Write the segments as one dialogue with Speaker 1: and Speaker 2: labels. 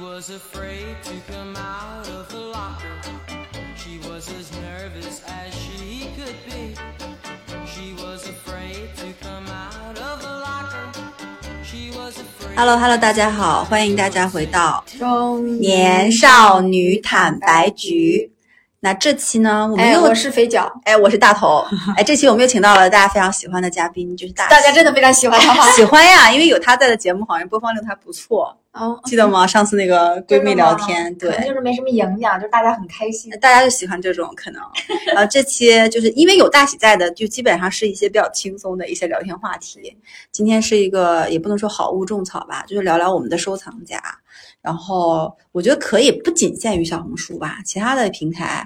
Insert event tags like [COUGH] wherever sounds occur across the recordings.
Speaker 1: was afraid to come out of the locker. She was as nervous as she could be. She was afraid to come out of the locker. She was afraid.
Speaker 2: Hello Hello，大家好，欢迎大家回到
Speaker 3: 中
Speaker 2: 年少女坦白局。那这期呢，我们
Speaker 3: 哎，
Speaker 2: 又
Speaker 3: 我是肥脚，
Speaker 2: 哎我是大
Speaker 3: [LAUGHS]
Speaker 2: 头，哎，这期我们又请到了大家非常喜欢的嘉宾，就是大
Speaker 3: 大家真的非常 [LAUGHS] 喜欢他吗？
Speaker 2: 喜欢呀，因为有他在的节目好像播放量还不错，
Speaker 3: 哦，
Speaker 2: 记得
Speaker 3: [LAUGHS]
Speaker 2: 吗？上次那个闺蜜聊天，
Speaker 3: 可能
Speaker 2: 对。呃
Speaker 3: 就是没什么营养，就是大家很开心。
Speaker 2: 大家就喜欢这种可能，然后这期就是因为有大喜在的，就基本上是一些比较轻松的一些聊天话题。今天是一个也不能说好物种草吧，就是聊聊我们的收藏夹。然后我觉得可以不仅限于小红书吧，其他的平台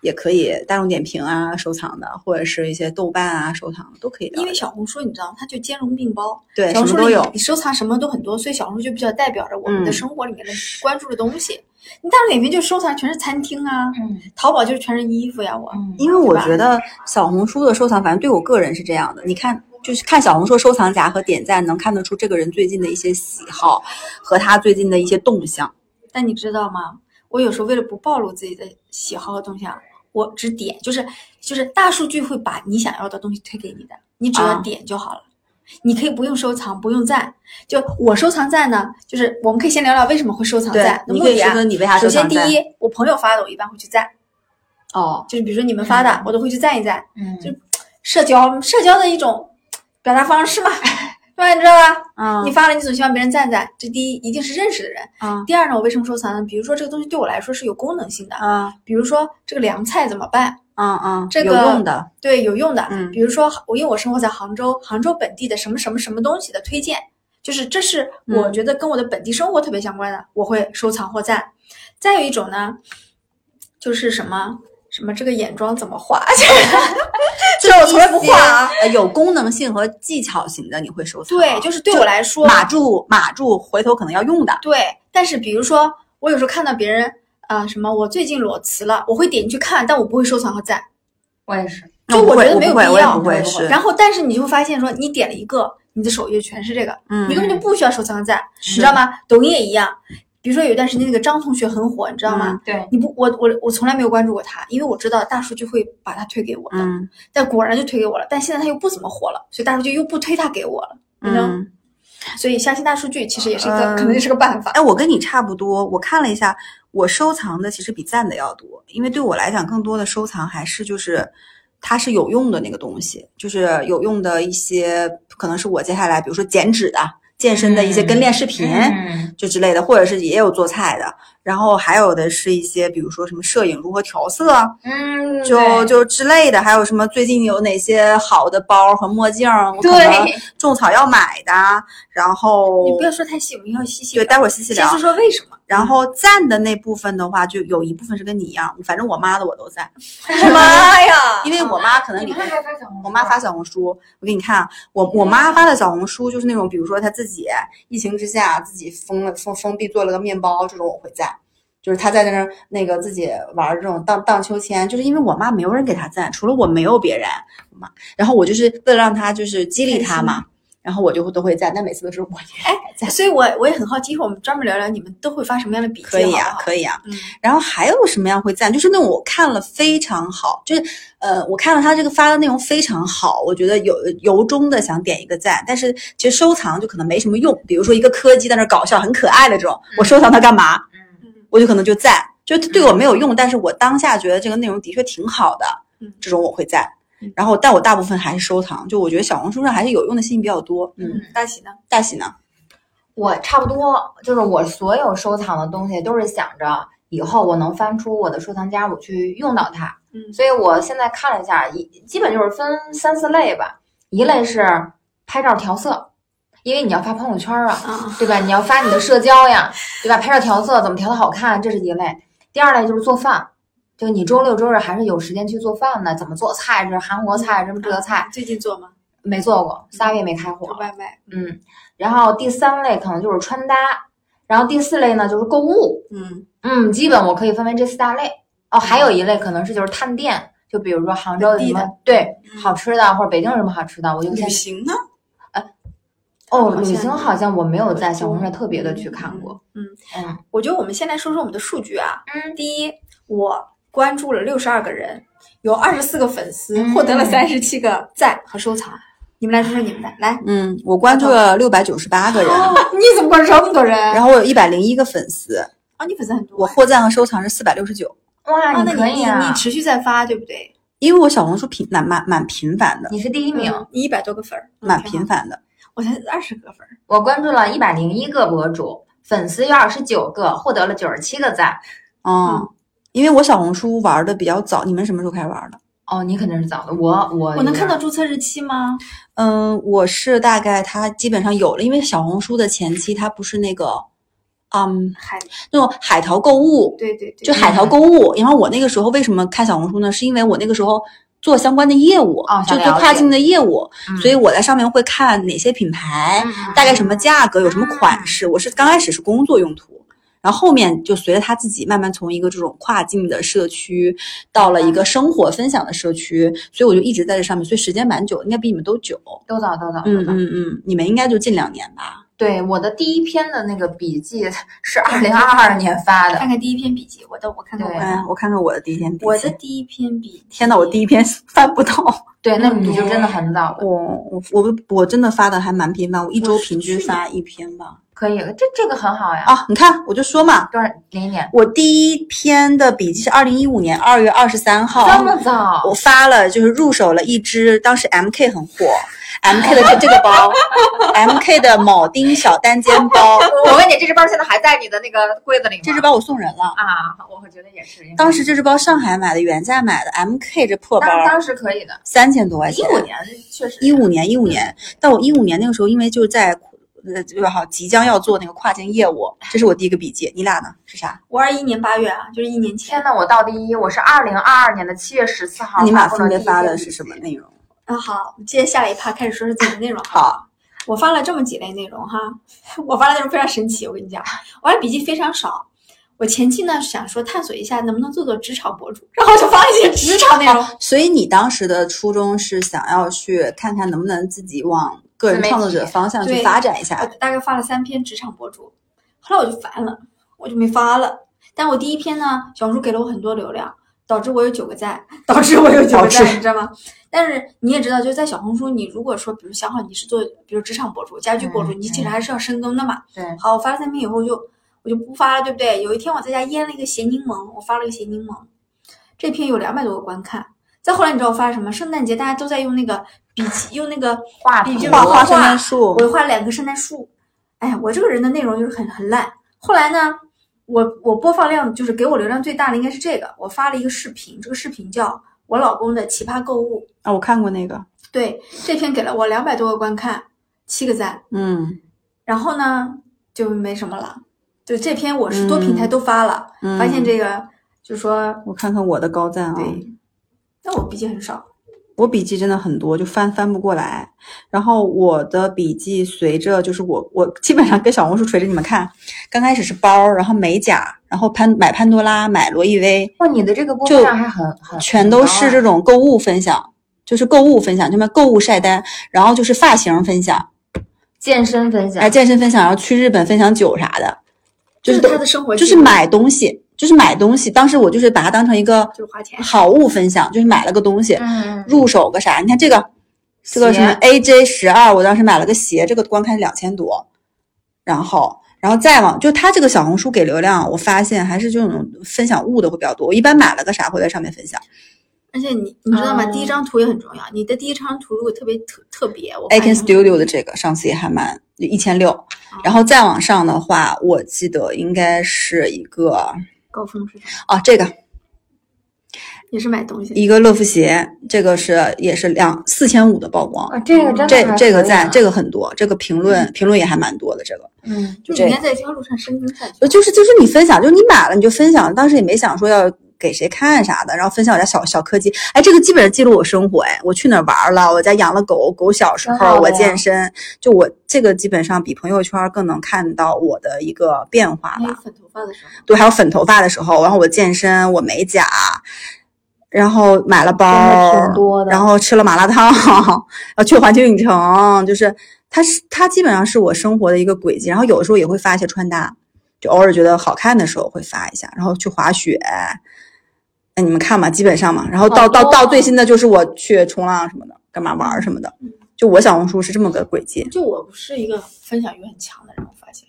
Speaker 2: 也可以，大众点评啊收藏的，或者是一些豆瓣啊收藏的都可以聊一聊。
Speaker 3: 因为小红书你知道，它就兼容并包，
Speaker 2: 对
Speaker 3: 小
Speaker 2: 什
Speaker 3: 红
Speaker 2: 么
Speaker 3: 书
Speaker 2: 都
Speaker 3: 里
Speaker 2: 有，
Speaker 3: 你收藏什么都很多，所以小红书就比较代表着我们的
Speaker 2: 嗯
Speaker 3: 生活里面的关注的东西。你大众点评就收藏全是餐厅啊，
Speaker 4: 嗯
Speaker 3: 淘宝就是全是衣服呀，我
Speaker 4: 嗯，
Speaker 2: 因为我
Speaker 3: 对吧
Speaker 2: 觉得小红书的收藏，反正对我个人是这样的。你看，就是看小红书收藏夹和点赞，能看得出这个人最近的一些喜好和他最近的一些动向。
Speaker 3: 但你知道吗？我有时候为了不暴露自己的喜好和动向，我只点，就是就是大数据会把你想要的东西推给你的，你只要
Speaker 2: 啊
Speaker 3: 点就好了。你可以不用收藏，不用赞。就我收藏赞呢，就是我们可以先聊聊为什么会收藏赞。
Speaker 2: 你可以说
Speaker 3: 啊
Speaker 2: 说，你为啥收
Speaker 3: 首先
Speaker 2: 藏
Speaker 3: 第
Speaker 2: 赞
Speaker 3: 一，我朋友发的我一般会去赞，
Speaker 2: 哦，
Speaker 3: 就是比如说你们发的，我都会去赞一赞。
Speaker 4: 嗯，
Speaker 3: 就社交社交的一种表达方式嘛， [LAUGHS] 对吧？你知道吧？
Speaker 2: 嗯
Speaker 3: 你发了，你总希望别人赞赞，这第一一定是认识的人。
Speaker 2: 啊
Speaker 3: 第二呢，我为什么收藏呢？比如说这个东西对我来说是有功能性的，
Speaker 2: 啊
Speaker 3: 比如说这个凉菜怎么办？
Speaker 2: 啊啊，
Speaker 3: 这
Speaker 2: 有
Speaker 3: 个
Speaker 2: 用的，
Speaker 3: 对，有用的。
Speaker 2: 嗯
Speaker 3: 比如说我因为我生活在杭州，杭州本地的什么什么什么东西的推荐，就是这是我
Speaker 2: 嗯
Speaker 3: 觉得跟我的本地生活特别相关的，我会收藏或赞。再有一种呢，就是什么什么这个眼妆怎
Speaker 2: [LAUGHS]
Speaker 3: 么画，这我从来不画啊。
Speaker 2: 呃有功能性和技巧型的你会收藏，啊
Speaker 3: 对，就是对我来说，
Speaker 2: 码住码住，回头可能要用的。
Speaker 3: 对，但是比如说，我有时候看到别人啊、什么，我最近裸辞了，我会点进去看，但我不会收藏和赞。
Speaker 4: 我也是，
Speaker 2: 那
Speaker 3: 就
Speaker 2: 不
Speaker 3: 我
Speaker 2: 会
Speaker 3: 觉
Speaker 2: 我
Speaker 3: 得没有
Speaker 2: 不会
Speaker 3: 必
Speaker 2: 我也
Speaker 3: 要
Speaker 2: 不会
Speaker 4: 我也不
Speaker 2: 是
Speaker 4: 会。
Speaker 3: 然后，但是你就会发现说，你点了一个，你的首页全是这个，
Speaker 2: 嗯
Speaker 3: 你根本就不需要收藏赞，你
Speaker 2: 是
Speaker 3: 知道吗？抖音也一样，比如说有一段时间那个张同学很火，你知道
Speaker 2: 嗯
Speaker 3: 吗？
Speaker 4: 对，
Speaker 3: 你不，我我我从来没有关注过他，因为我知道大数据会把他推给我的，
Speaker 2: 嗯
Speaker 3: 但果然就推给我了。但现在他又不怎么火了，所以大数据又不推他给我了，你知道吗？
Speaker 2: 嗯。
Speaker 3: 所以相信大数据其实也是一个，
Speaker 2: 嗯
Speaker 3: 可能也是个办法。
Speaker 2: 哎，我跟你差不多，我看了一下，我收藏的其实比赞的要多，因为对我来讲，更多的收藏还是就是它是有用的那个东西，就是有用的一些，可能是我接下来比如说减脂的、健身的一些跟练视频。
Speaker 4: 嗯，
Speaker 2: 就之类的，或者是也有做菜的，然后还有的是一些，比如说什么摄影如何调色啊，
Speaker 4: 嗯，
Speaker 2: 就就之类的，还有什么最近有哪些好的包和墨镜儿，我可
Speaker 4: 对
Speaker 2: 能种草要买的，然后
Speaker 3: 你不要说太细，我们要细细
Speaker 2: 对，
Speaker 3: 聊。
Speaker 2: 待会儿细细
Speaker 3: 先
Speaker 2: 聊。
Speaker 3: 说说为什么。
Speaker 2: 然后赞的那部分的话，就有一部分是跟你一样，反正我妈的我都 [LAUGHS] 赞，哎
Speaker 3: 妈呀
Speaker 2: 因为我妈可能里
Speaker 4: 你妈
Speaker 2: 面。
Speaker 4: 还发小红书啊，
Speaker 2: 我妈发小红书，我给你看啊，我我妈发的小红书就是那种，比如说她自己疫情之下自己封了封封闭做了个面包，这种我会赞，就是她在那儿那个自己玩这种荡荡秋千，就是因为我妈没有人给她赞，除了我没有别人，我妈，然后我就是为了让她就是激励她嘛，然后我就会都会赞，但每次都是我也
Speaker 3: 所以我我也很好奇，一会儿我们专门聊聊你们都会发什么样的笔记，
Speaker 2: 可以啊
Speaker 3: 好，不好
Speaker 2: 可以啊，
Speaker 3: 嗯，
Speaker 2: 然后还有什么样会赞？就是那种我看了非常好，就是呃，我看了他这个发的内容非常好，我觉得有由衷的想点一个赞，但是其实收藏就可能没什么用。比如说一个柯基在那儿搞笑，很可爱的这种，我收藏它干嘛？
Speaker 4: 嗯，
Speaker 2: 我就可能就赞，就是对我没有用，但是我当下觉得这个内容的确挺好的
Speaker 3: 嗯，
Speaker 2: 这种我会赞
Speaker 3: 嗯。
Speaker 2: 然后，但我大部分还是收藏，就我觉得小红书上还是有用的信息比较多。嗯，
Speaker 3: 大喜呢？
Speaker 2: 大喜呢？
Speaker 4: 我差不多就是我所有收藏的东西都是想着以后我能翻出我的收藏夹，我去用到它。
Speaker 3: 嗯
Speaker 4: 所以我现在看了一下，一基本就是分三四类吧。一类是拍照调色，因为你要发朋友圈啊，
Speaker 3: 啊，
Speaker 4: 对吧？你要发你的社交呀，对吧？拍照调色怎么调的好看，这是一类。第二类就是做饭，就你周六周日还是有时间去做饭的，怎么做菜？这是韩国菜，这是这个菜
Speaker 3: 啊最近做吗？
Speaker 4: 没做过，仨月没开火
Speaker 3: 做。外卖。
Speaker 4: 嗯，然后第三类可能就是穿搭，然后第四类呢就是购物。
Speaker 2: 嗯，
Speaker 4: 嗯，基本我可以分为这四大类。
Speaker 3: 嗯
Speaker 4: 哦，还有一类可能是就是探店，就比如说杭州有
Speaker 3: 本地
Speaker 4: 什么
Speaker 3: 的
Speaker 4: 对
Speaker 2: 嗯
Speaker 4: 好吃的，或者北京有什么好吃的，我就先
Speaker 2: 行呢？
Speaker 4: 哦，
Speaker 3: 好
Speaker 4: 旅
Speaker 3: 像
Speaker 4: 行好像我没有在小红书上特别的去看过。
Speaker 3: 嗯
Speaker 4: 嗯
Speaker 3: 我觉得我们先来说说我们的数据啊。
Speaker 4: 嗯
Speaker 3: 第一，我关注了六十二个人，有二十四个粉丝，
Speaker 4: 嗯
Speaker 3: 获得了三十七个赞和收藏。你们来说说你们的，来，
Speaker 2: 嗯，我关注了六百九十八个人，
Speaker 3: 你怎么关注这么多人？
Speaker 2: 然后我有一百零一个粉丝，
Speaker 3: 啊，你粉丝很多。
Speaker 2: 我获赞和收藏是四百六十九。
Speaker 4: 哇，
Speaker 3: 啊，那
Speaker 4: 你
Speaker 3: 你
Speaker 4: 可以
Speaker 3: 你
Speaker 4: 啊
Speaker 3: 你，持续在发，对不对？
Speaker 2: 因为我小红书频蛮蛮蛮频繁的，
Speaker 4: 你是第一名。
Speaker 3: 嗯你一百多个粉儿，
Speaker 2: 蛮
Speaker 3: 挺好
Speaker 2: 频。繁的。
Speaker 3: 我才二十个粉儿，
Speaker 4: 我关注了一百零一个博主，粉丝有二十九个，获得了九十七个赞。
Speaker 2: 嗯，因为我小红书玩的比较早，你们什么时候开始玩的？
Speaker 4: 哦，你肯定是早的，我我
Speaker 3: 我能看到注册日期吗？
Speaker 2: 嗯，我是大概它基本上有了，因为小红书的前期它不是那个，嗯，
Speaker 3: 海，
Speaker 2: 那种海淘购物，
Speaker 3: 对对对，
Speaker 2: 就海淘购物。然后我那个时候为什么看小红书呢？是因为我那个时候做相关的业务，
Speaker 4: 哦
Speaker 2: 就
Speaker 4: 想
Speaker 2: 做
Speaker 4: 了
Speaker 2: 跨
Speaker 4: 解
Speaker 2: 境的业务，
Speaker 4: 嗯
Speaker 2: 所以我在上面会看哪些品牌，大概什么价格，有什么款式。我是刚开始是工作用途，然后后面就随着他自己慢慢从一个这种跨境的社区，到了一个生活分享的社区，所以我就一直在这上面，所以时间蛮久，应该比你们都久。
Speaker 4: 都早都早都
Speaker 2: 嗯
Speaker 4: 早。
Speaker 2: 嗯嗯，你们应该就近两年吧？
Speaker 4: 对，我的第一篇的那个笔记 [LAUGHS] 是二零二二年发的
Speaker 3: 看。看第一篇笔记，我的我看看我
Speaker 4: 对
Speaker 3: 的，
Speaker 2: 哎，我看看我的第一篇笔记。
Speaker 3: 我的第一篇笔记。
Speaker 2: 天呐，我第一篇翻不到。
Speaker 4: 对，那你就真的很早了。
Speaker 2: [LAUGHS] 我我我我真的发的还蛮频繁，我一周平均发一篇吧。
Speaker 4: 可以，这这个很好呀。
Speaker 2: 啊，你看，我就说嘛，
Speaker 4: 多少零一年？
Speaker 2: 我第一篇的笔记是二零一五年二月二十三号。
Speaker 4: 这么早？
Speaker 2: 我发了，就是入手了一只，当时 M K 很火，M K 的这这个包，M K 的铆钉小单肩包，
Speaker 4: 我问你，这只包现在还在你的那个柜子里吗？
Speaker 2: 这只包我送人了。
Speaker 4: 啊，我觉得也是。应该
Speaker 2: 当时这只包上海买的，原价买的 M K 这破包啊
Speaker 4: 当当时可以的，
Speaker 2: 三千多块
Speaker 4: 一
Speaker 2: 钱，
Speaker 4: 五年确实
Speaker 2: 一五年一五年，但我一五年那个时候因为就是在呃就好即将要做那个跨境业务，这是我第一个笔记。你俩呢是啥？
Speaker 3: 我二一年八月啊，就是一年前
Speaker 4: 天呐，我到第一，我是二零二二年的七月十四号
Speaker 2: 你俩
Speaker 4: 发布
Speaker 2: 分
Speaker 4: 了
Speaker 2: 别
Speaker 4: 第一
Speaker 2: 发
Speaker 4: 篇
Speaker 2: 的
Speaker 4: 笔
Speaker 2: 是
Speaker 4: 记
Speaker 2: 什么内容？
Speaker 3: 啊，好，我们接下来一趴开始说说自己的内容。，
Speaker 2: 好，
Speaker 3: 我发了这么几类内容哈， [LAUGHS] 我发的内容非常神奇，我跟你讲，我的笔记非常少。我前期呢想说探索一下能不能做做职场博主，然后就发了一些职场内容。
Speaker 2: 所以你当时的初衷是想要去看看能不能自己往个人
Speaker 4: 自媒
Speaker 2: 创作
Speaker 4: 体呃
Speaker 2: 者方向去
Speaker 3: 对
Speaker 2: 发展一
Speaker 3: 我
Speaker 2: 下。
Speaker 3: 呃大概发了三篇职场博主，后来我就烦了，我就没发了。但我第一篇呢，小红书给了我很多流量，导致我有九个赞， [LAUGHS] 导致我有九个
Speaker 2: 导致
Speaker 3: 赞，你知道吗？但是你也知道，就在小红书，你如果说，比如想好你是做，比如职场博主、家居博主，
Speaker 4: 嗯
Speaker 3: 你其实还是要深耕的嘛。
Speaker 4: 对，
Speaker 3: 好，我发了三篇以后就我就不发了，对不对？有一天我在家腌了一个咸柠檬，我发了个咸柠檬，这篇有两百多个观看。再后来你知道我发了什么？圣诞节大家都在用那个笔记，用那个
Speaker 4: 画
Speaker 3: 笔
Speaker 4: 图
Speaker 3: 记
Speaker 2: 画
Speaker 3: 画
Speaker 2: 画圣诞树
Speaker 3: 我，画了两棵圣诞树。哎呀，我这个人的内容就是很很烂。后来呢，我我播放量就是给我流量最大的应该是这个，我发了一个视频，这个视频叫我老公的奇葩购物。
Speaker 2: 啊，我看过那个，
Speaker 3: 对，这篇给了我两百多个观看，七个赞。
Speaker 2: 嗯
Speaker 3: 然后呢，就没什么了。就这篇我是多平台都发了，
Speaker 2: 嗯，
Speaker 3: 发现这个就是说
Speaker 2: 我看看我的高赞啊，
Speaker 3: 对，那我笔记很少。
Speaker 2: 我笔记真的很多，就翻翻不过来。然后我的笔记随着就是我我基本上跟小红书垂着你们看，刚开始是包，然后美甲，然后潘买潘多拉，买罗意威，
Speaker 4: 哇，你的这个播
Speaker 2: 就
Speaker 4: 放量还很很啊
Speaker 2: 全都是这
Speaker 4: 种
Speaker 2: 种购物分享，就是购物分享，就们购物晒单，然后就是发型分享，
Speaker 4: 健身分享
Speaker 2: 哎，。健身分享，然后去日本分享酒啥的，就是都
Speaker 3: 他的生活记
Speaker 2: 就
Speaker 3: 录，
Speaker 2: 是买东西，就是买东西。当时我就是把它当成一个
Speaker 3: 就是花钱。
Speaker 2: 好物分享，就是买了个东西，
Speaker 4: 嗯，
Speaker 2: 入手个啥？你看这个，这个
Speaker 4: 鞋
Speaker 2: 什么 AJ 十二，我当时买了个鞋，这个观看两千多，然后，然后再往，就他这个小红书给流量，我发现还是这种分享物的会比较多。我一般买了个啥会在上面分享
Speaker 3: 而且你你知道吗？
Speaker 4: 嗯
Speaker 3: 第一张图也很重要。你的第一张图如果特别特特别，我
Speaker 2: ，Akin
Speaker 3: 看
Speaker 2: Studio 的这个上次也还蛮一千
Speaker 3: 哦
Speaker 2: 六，然后再往上的话，我记得应该是一个
Speaker 3: 高峰是啥？
Speaker 2: 啊，这个
Speaker 3: 也是买东西。
Speaker 2: 一个乐福鞋，这个是也是两四千五的曝光。
Speaker 4: 哇，这个真的
Speaker 2: 这
Speaker 4: 哦还
Speaker 2: 这个
Speaker 4: 可以啊嗯
Speaker 2: 赞，
Speaker 4: 呢
Speaker 2: 这个很多，这个评论评论也还蛮多的。这个
Speaker 4: 嗯，
Speaker 3: 就
Speaker 2: 这
Speaker 3: 是
Speaker 2: 个
Speaker 3: 应该在这条路上深耕下去。
Speaker 2: 就是就是你分享，就是你买了你就分享，当时也没想说要给谁看啥的，然后分享一下小小科技。哎，这个基本上记录我生活，哎，我去哪儿玩了，我家养了狗，狗小时
Speaker 4: 挺好
Speaker 2: 候
Speaker 4: 的
Speaker 2: 我
Speaker 4: 呀
Speaker 2: 健身，就我这个基本上比朋友圈更能看到我的一个变化
Speaker 3: 还
Speaker 4: 嗯
Speaker 3: 有
Speaker 2: 吧。
Speaker 3: 粉头发的时候，
Speaker 2: 对，还有粉头发的时候，然后我健身，我美甲，然后买了包
Speaker 3: 真的
Speaker 2: 儿，
Speaker 3: 挺多的
Speaker 2: 然后吃了麻辣烫， [LAUGHS] 然后去环球影城，就是它是它基本上是我生活的一个轨迹。然后有的时候也会发一些穿搭，就偶尔觉得好看的时候会发一下。然后去滑雪，哎，你们看吧，基本上嘛。然后到
Speaker 3: 好多
Speaker 2: 到
Speaker 3: 啊
Speaker 2: 到最新的就是我去冲浪什么的，干嘛玩儿什么的。
Speaker 3: 嗯
Speaker 2: 就我小红书是这么个轨迹，
Speaker 3: 就我不是一个分享欲很强的人，我发现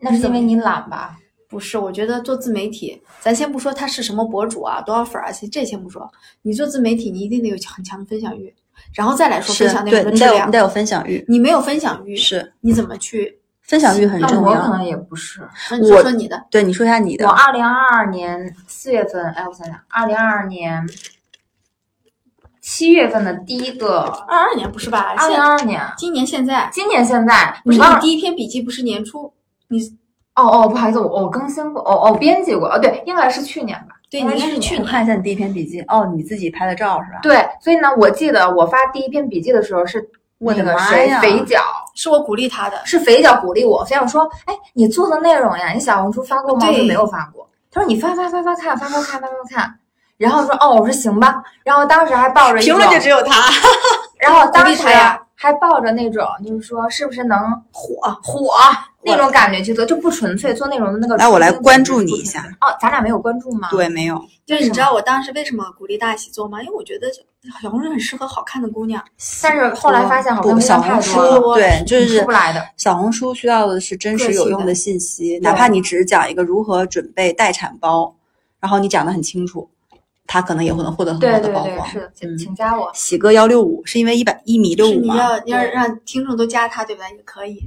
Speaker 4: 那是因为你懒吧？
Speaker 3: 不是。我觉得做自媒体，咱先不说他是什么博主啊，多少粉儿啊，先这先不说。你做自媒体，你一定得有很强的分享欲，然后再来说分享内
Speaker 2: 对
Speaker 3: 容的
Speaker 2: 你
Speaker 3: 质
Speaker 2: 得有
Speaker 3: 量
Speaker 2: 你。得有分享欲，
Speaker 3: 你没有分享欲，
Speaker 2: 是
Speaker 3: 你怎么去？
Speaker 2: 分享欲很
Speaker 4: 那
Speaker 2: 重
Speaker 4: 我嗯可
Speaker 2: 要。
Speaker 4: 嗯能也不是。
Speaker 3: 那你说
Speaker 2: 我
Speaker 3: 说你的，
Speaker 2: 对，你说一下你的
Speaker 4: 我。二零二二年四月份，哎，我想想，二零二二年七月份的第一个，
Speaker 3: 二二年嗯不是吧？
Speaker 4: 二
Speaker 3: 现
Speaker 4: 零二二年，
Speaker 3: 今年现在
Speaker 4: 今年现在
Speaker 3: 不是
Speaker 4: 忘了
Speaker 3: 你第一篇笔记不是年初？
Speaker 4: 哦哦，不好意思，我我更新过，哦哦，编辑过，哦对，应该是去年吧。
Speaker 3: 对，
Speaker 4: 应
Speaker 3: 你
Speaker 4: 该
Speaker 3: 应该
Speaker 4: 是
Speaker 3: 是去
Speaker 2: 我
Speaker 3: 年。
Speaker 2: 看一下你第一篇笔记，哦，你自己拍的照是吧？
Speaker 4: 对，所以呢，我记得我发第一篇笔记的时候是
Speaker 2: 我
Speaker 4: 那
Speaker 2: 的
Speaker 4: 个
Speaker 2: 妈
Speaker 4: 谁
Speaker 2: 呀
Speaker 4: 肥脚，
Speaker 3: 是我鼓励他的。
Speaker 4: 是肥脚鼓励我，肥脚说：“哎，你做的内容呀，你小红书发过吗？”我
Speaker 3: 对
Speaker 4: 说没有发过。他说：“你发发发发看，发发看，发发看。”然后我说：“哦，我说行吧。”然后当时还抱着一种，
Speaker 2: 有他。
Speaker 3: 啊
Speaker 4: 然后
Speaker 3: 鼓
Speaker 4: 当
Speaker 3: 励
Speaker 4: 时
Speaker 3: 他呀
Speaker 4: 还抱着那种就是说是不是能
Speaker 3: 火，
Speaker 4: 火那种感觉去做，就不纯粹做内容的那个。
Speaker 2: 来我来关注你一下。
Speaker 4: 哦，咱俩没有关注吗？。
Speaker 2: 对，没有
Speaker 3: 就是
Speaker 4: 是
Speaker 3: 你
Speaker 4: 吗
Speaker 3: 知道我当时为什么鼓励大喜做吗？因为我觉得小红书很适合好看的姑娘，
Speaker 4: 但是后来发现好
Speaker 2: 不小
Speaker 4: 像
Speaker 2: 红
Speaker 4: 太
Speaker 2: 书
Speaker 4: 多了，，
Speaker 2: 对，就
Speaker 4: 出
Speaker 2: 是
Speaker 4: 不来的。
Speaker 2: 小红书需要的是真
Speaker 3: 个
Speaker 2: 实
Speaker 3: 性
Speaker 2: 有用
Speaker 3: 的
Speaker 2: 的信息，哪怕你只是讲一个如何准备待产包，然后你讲的很清楚，他可能也会能获得很
Speaker 4: 对
Speaker 2: 好
Speaker 4: 对
Speaker 2: 的曝
Speaker 4: 对，
Speaker 2: 光。
Speaker 4: 是的，请
Speaker 2: 嗯
Speaker 4: 请加我。
Speaker 2: 喜哥幺六五是因为一百一米六
Speaker 3: 就是
Speaker 2: 五
Speaker 3: 你
Speaker 2: 吗？
Speaker 3: 要要让听众都加她，对吧？也可以，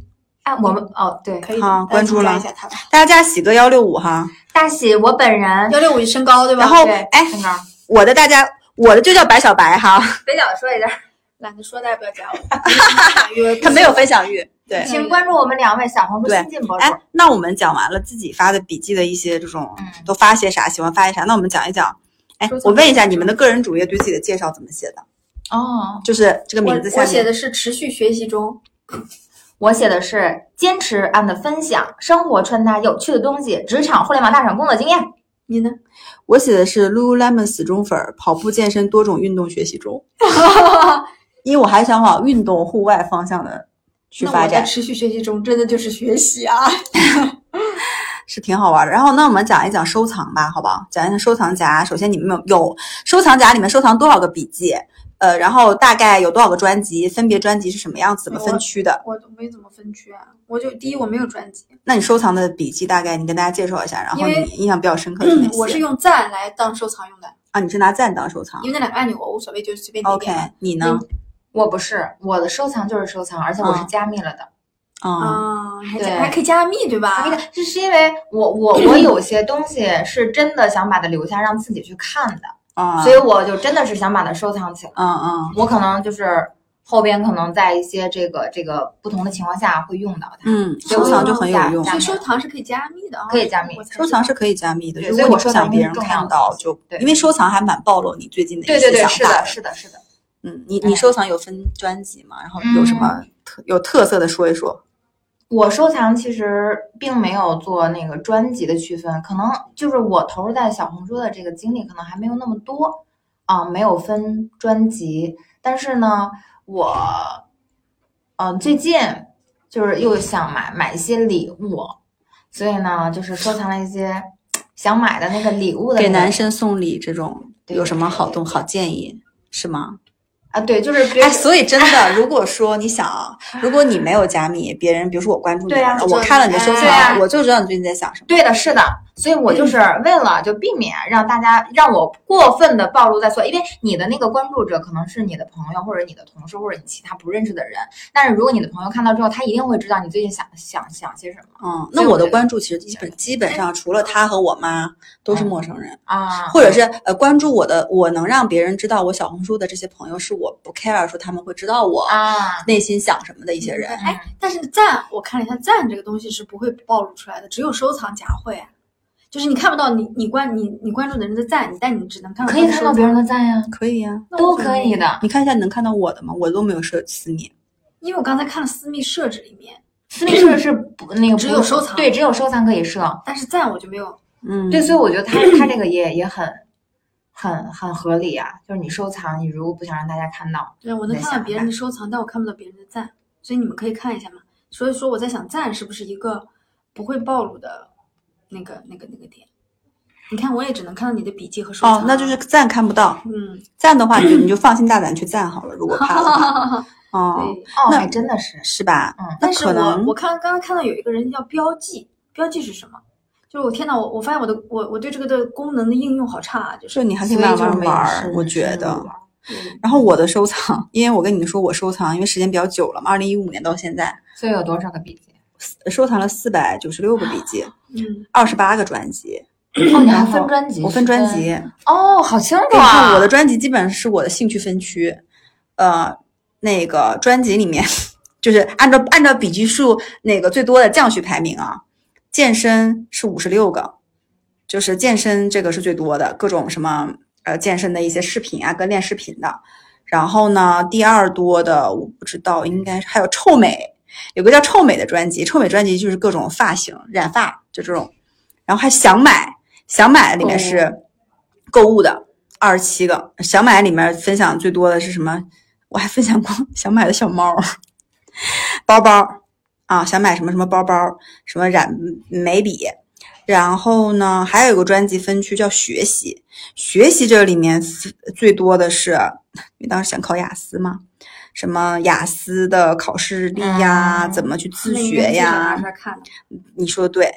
Speaker 4: 哎，我们哦对，
Speaker 3: 可以
Speaker 2: 好
Speaker 3: 大家
Speaker 2: 关注
Speaker 3: 请加
Speaker 2: 了
Speaker 3: 一下她吧。
Speaker 2: 大家加喜哥幺六五哈，
Speaker 4: 大喜我本人
Speaker 3: 幺六五身高对吧？
Speaker 2: 然后
Speaker 4: 对
Speaker 2: 哎
Speaker 4: 身高
Speaker 2: 我的大家我的就叫白小白哈，
Speaker 4: [LAUGHS] 肥脚说一下。
Speaker 3: 懒得说，大家不要加
Speaker 2: [LAUGHS]。
Speaker 3: 我
Speaker 2: 他没有分享欲。对，
Speaker 4: 请关注我们两位小红书
Speaker 2: 对
Speaker 4: 新晋博主
Speaker 2: 哎。，那我们讲完了自己发的笔记的一些这种
Speaker 4: 嗯
Speaker 2: 都发些啥，喜欢发些啥，那我们讲一讲。哎
Speaker 3: 收，藏
Speaker 2: 我问一下，你们的个人主页对自己的介绍怎么写的？
Speaker 4: 哦，
Speaker 2: 就是这个
Speaker 3: 我
Speaker 2: 名字下
Speaker 3: 我
Speaker 2: 面
Speaker 3: 写的是持续学习中，
Speaker 4: 我写的是坚持 and 分享生活穿搭有趣的东西，职场互联网大厂工作经验。
Speaker 3: 你呢？
Speaker 2: 我写的是 Lululemon 死忠粉儿，跑步健身多种运动学习
Speaker 3: [LAUGHS]
Speaker 2: 中，因为我还想往运动户外方向的去
Speaker 3: 那
Speaker 2: 发
Speaker 3: 我在
Speaker 2: 展，
Speaker 3: 持续学习中真的就是学
Speaker 2: [LAUGHS]
Speaker 3: 习啊。
Speaker 2: 是挺好玩的。然后，那我们讲一讲收藏吧，好不好？讲一讲收藏夹。首先，你们有有收藏夹里面收藏多少个笔记？呃，然后大概有多少个专辑？分别专辑是什么样子？怎么分区的？
Speaker 3: 我都没怎么分区啊，我就第一我没有专辑，
Speaker 2: 那你收藏的笔记大概你跟大家介绍一下，然后
Speaker 3: 因为
Speaker 2: 你印象比较深刻的
Speaker 4: [CLEARS THROAT]
Speaker 2: 哪些？
Speaker 3: 我是用赞来当收藏用的，
Speaker 2: 啊，你是拿赞当收藏
Speaker 3: 因为那两个按钮我无所谓，就随便点
Speaker 2: ？OK，
Speaker 3: 点嘛。
Speaker 2: 你呢？
Speaker 4: 我不是，我的收藏就是收藏，而且我是加密了的。嗯
Speaker 2: 啊、
Speaker 3: 啊，还
Speaker 4: 对
Speaker 3: 加还可以加密对吧
Speaker 4: 加密？的，这啊是因为我我我有些东西是真的想把它留下，让自己去看的，
Speaker 2: 啊，
Speaker 4: 嗯所以我就真的是想把它收藏起来。
Speaker 2: 嗯嗯
Speaker 4: 我可能就是后边可能在一些这个这个不同的情况下会用到它。
Speaker 2: 嗯，
Speaker 4: 所以我
Speaker 2: 收藏就很有
Speaker 4: 加
Speaker 2: 用。
Speaker 4: 加
Speaker 3: 所以收藏是可以加密的啊，
Speaker 4: 可以加密
Speaker 3: 我才知道
Speaker 2: 收藏是可以加密的，
Speaker 4: 对
Speaker 2: 如果
Speaker 4: 所以
Speaker 2: 你
Speaker 4: 我
Speaker 2: 不
Speaker 4: 收藏
Speaker 2: 想别人
Speaker 4: 是重要
Speaker 2: 看
Speaker 4: 的
Speaker 2: 到，就
Speaker 4: 对
Speaker 2: 因为收藏还蛮暴露你最近的
Speaker 4: 对
Speaker 2: 一
Speaker 4: 对
Speaker 2: 些
Speaker 4: 对，
Speaker 2: 想
Speaker 4: 是的，
Speaker 2: 法。
Speaker 4: 是的，是的。
Speaker 2: 嗯，你你
Speaker 4: 哎
Speaker 2: 收藏有分专辑吗？然后有什么
Speaker 4: 嗯
Speaker 2: 特有特色的说一说？
Speaker 4: 我收藏其实并没有做那个专辑的区分，可能就是我投入在小红书的这个精力可能还没有那么多啊、没有分专辑。但是呢，我嗯、最近就是又想买买一些礼物，所以呢，就是收藏了一些想买的那个礼物的
Speaker 2: 给
Speaker 4: 那个
Speaker 2: 男生送礼这种
Speaker 4: 对
Speaker 2: 有什么好动好建议是吗？
Speaker 4: 啊，对，就是比如
Speaker 2: 哎，所以真 [LAUGHS] 的，如果说你想啊，如果你没有加密，别人比如说我关注你
Speaker 4: 对啊
Speaker 2: 了，
Speaker 4: 就
Speaker 2: 我
Speaker 3: 知道
Speaker 2: 看了
Speaker 3: 你
Speaker 2: 你的收
Speaker 3: 哎
Speaker 4: 对啊
Speaker 2: 藏，我就知道你最近在想什么。
Speaker 4: 对的，是的，所以我就是为了就避免让大家让我过分的暴露在所，因为你的那个关注者可能是你的朋友或者你的同事或者你其他不认识的人，但是如果你的朋友看到之后，他一定会知道你最近想想想些什么
Speaker 2: 嗯，
Speaker 4: 所以
Speaker 2: 那
Speaker 4: 我
Speaker 2: 我的
Speaker 4: 觉得
Speaker 2: 关注其实基本基本上嗯除了他和我妈都是陌生人。
Speaker 4: 啊，
Speaker 2: 或者是呃关注我的，我能让别人知道我小红书的这些朋友，是我不 care 说他们会知道我
Speaker 4: 啊，
Speaker 2: 内心想什么的一些人。
Speaker 3: 哎，但是赞，我看了一下，赞这个东西是不会暴露出来的，只有收藏夹会，啊就是你看不到你你关你你关注的人的赞，你但你只能看到
Speaker 4: 可以看到别人的赞呀，嗯
Speaker 2: 可以呀、啊
Speaker 3: 那
Speaker 4: 都
Speaker 3: 我就
Speaker 4: 可以，的。
Speaker 2: 你看一下你能看到我的吗？我都没有设私密。
Speaker 3: 因为我刚才看了私密设置里面，
Speaker 4: 私密设是不那个
Speaker 3: 只
Speaker 4: 不
Speaker 3: 有收藏
Speaker 4: 对，只有收藏可以设。
Speaker 3: 但是赞我就没有，
Speaker 2: 嗯，
Speaker 4: 对，所以我觉得他他这个也也很很很合理啊。就是你收藏，你如果不想让大家看到，
Speaker 3: 对，我能看到别人的收藏，但我看不到别人的赞，所以你们可以看一下嘛。所以说我在想，赞是不是一个不会暴露的那个、那个、那个点？你看，我也只能看到你的笔记和收藏啊。
Speaker 2: 哦，那就是赞看不到，
Speaker 3: 嗯，
Speaker 2: 赞的话你就你就放心大胆去赞好了。如果怕的话， [LAUGHS] 哦，
Speaker 3: 对。
Speaker 4: 哦，
Speaker 2: 那
Speaker 4: 还真的是
Speaker 2: 是吧？
Speaker 4: 嗯
Speaker 2: 那
Speaker 3: 但是
Speaker 2: 可
Speaker 3: 我
Speaker 2: 能
Speaker 3: 我看刚刚看到有一个人叫标记，标记是什么？就是我天呐，我我发现我的我我对这个的功能的应用好差啊，就
Speaker 2: 就是你还可以
Speaker 4: 所以
Speaker 2: 慢
Speaker 4: 就
Speaker 2: 慢
Speaker 4: 没
Speaker 2: 玩
Speaker 4: 事
Speaker 2: 儿，我
Speaker 4: 没
Speaker 2: 觉
Speaker 4: 事
Speaker 2: 得。
Speaker 4: 玩儿
Speaker 3: 嗯
Speaker 2: 然后我的收藏，因为我跟你们说，我收藏，因为时间比较久了嘛，二零一五年到现在，
Speaker 4: 所以有多少个笔记？
Speaker 2: [CLEARS THROAT] 收藏了四百九十六个笔记，
Speaker 3: 嗯，
Speaker 2: 二十八个专辑，
Speaker 4: 哦，你还分专辑？
Speaker 2: 我分专辑。
Speaker 4: 哦，好清楚
Speaker 2: 你看
Speaker 4: 啊！
Speaker 2: 我的专辑基本上是我的兴趣分区，呃，那个专辑里面就是按照按照笔记数那个最多的降序排名啊，健身是五十六个，就是健身这个是最多的，各种什么呃健身的一些视频啊，跟练视频的。然后呢，第二多的我不知道，应该是还有臭美，有个叫臭美的专辑，臭美专辑就是各种发型、染发就这种，然后还想买，想买里面是购物的二十七个，想买里面分享最多的是什么？我还分享过 [LAUGHS] 想买的小猫儿、 [LAUGHS] 包包儿啊，想买什么什么包包儿，什么染嗯眉笔，然后呢，还有一个专辑分区叫学习，学习这里面最多的是，因为当时想考雅思嘛，什么雅思的考试力呀，
Speaker 4: 嗯
Speaker 2: 怎么去自
Speaker 3: 那应该
Speaker 2: 学
Speaker 3: 至少拿
Speaker 2: 呀
Speaker 3: 出，来啊看的。
Speaker 2: 你说的对。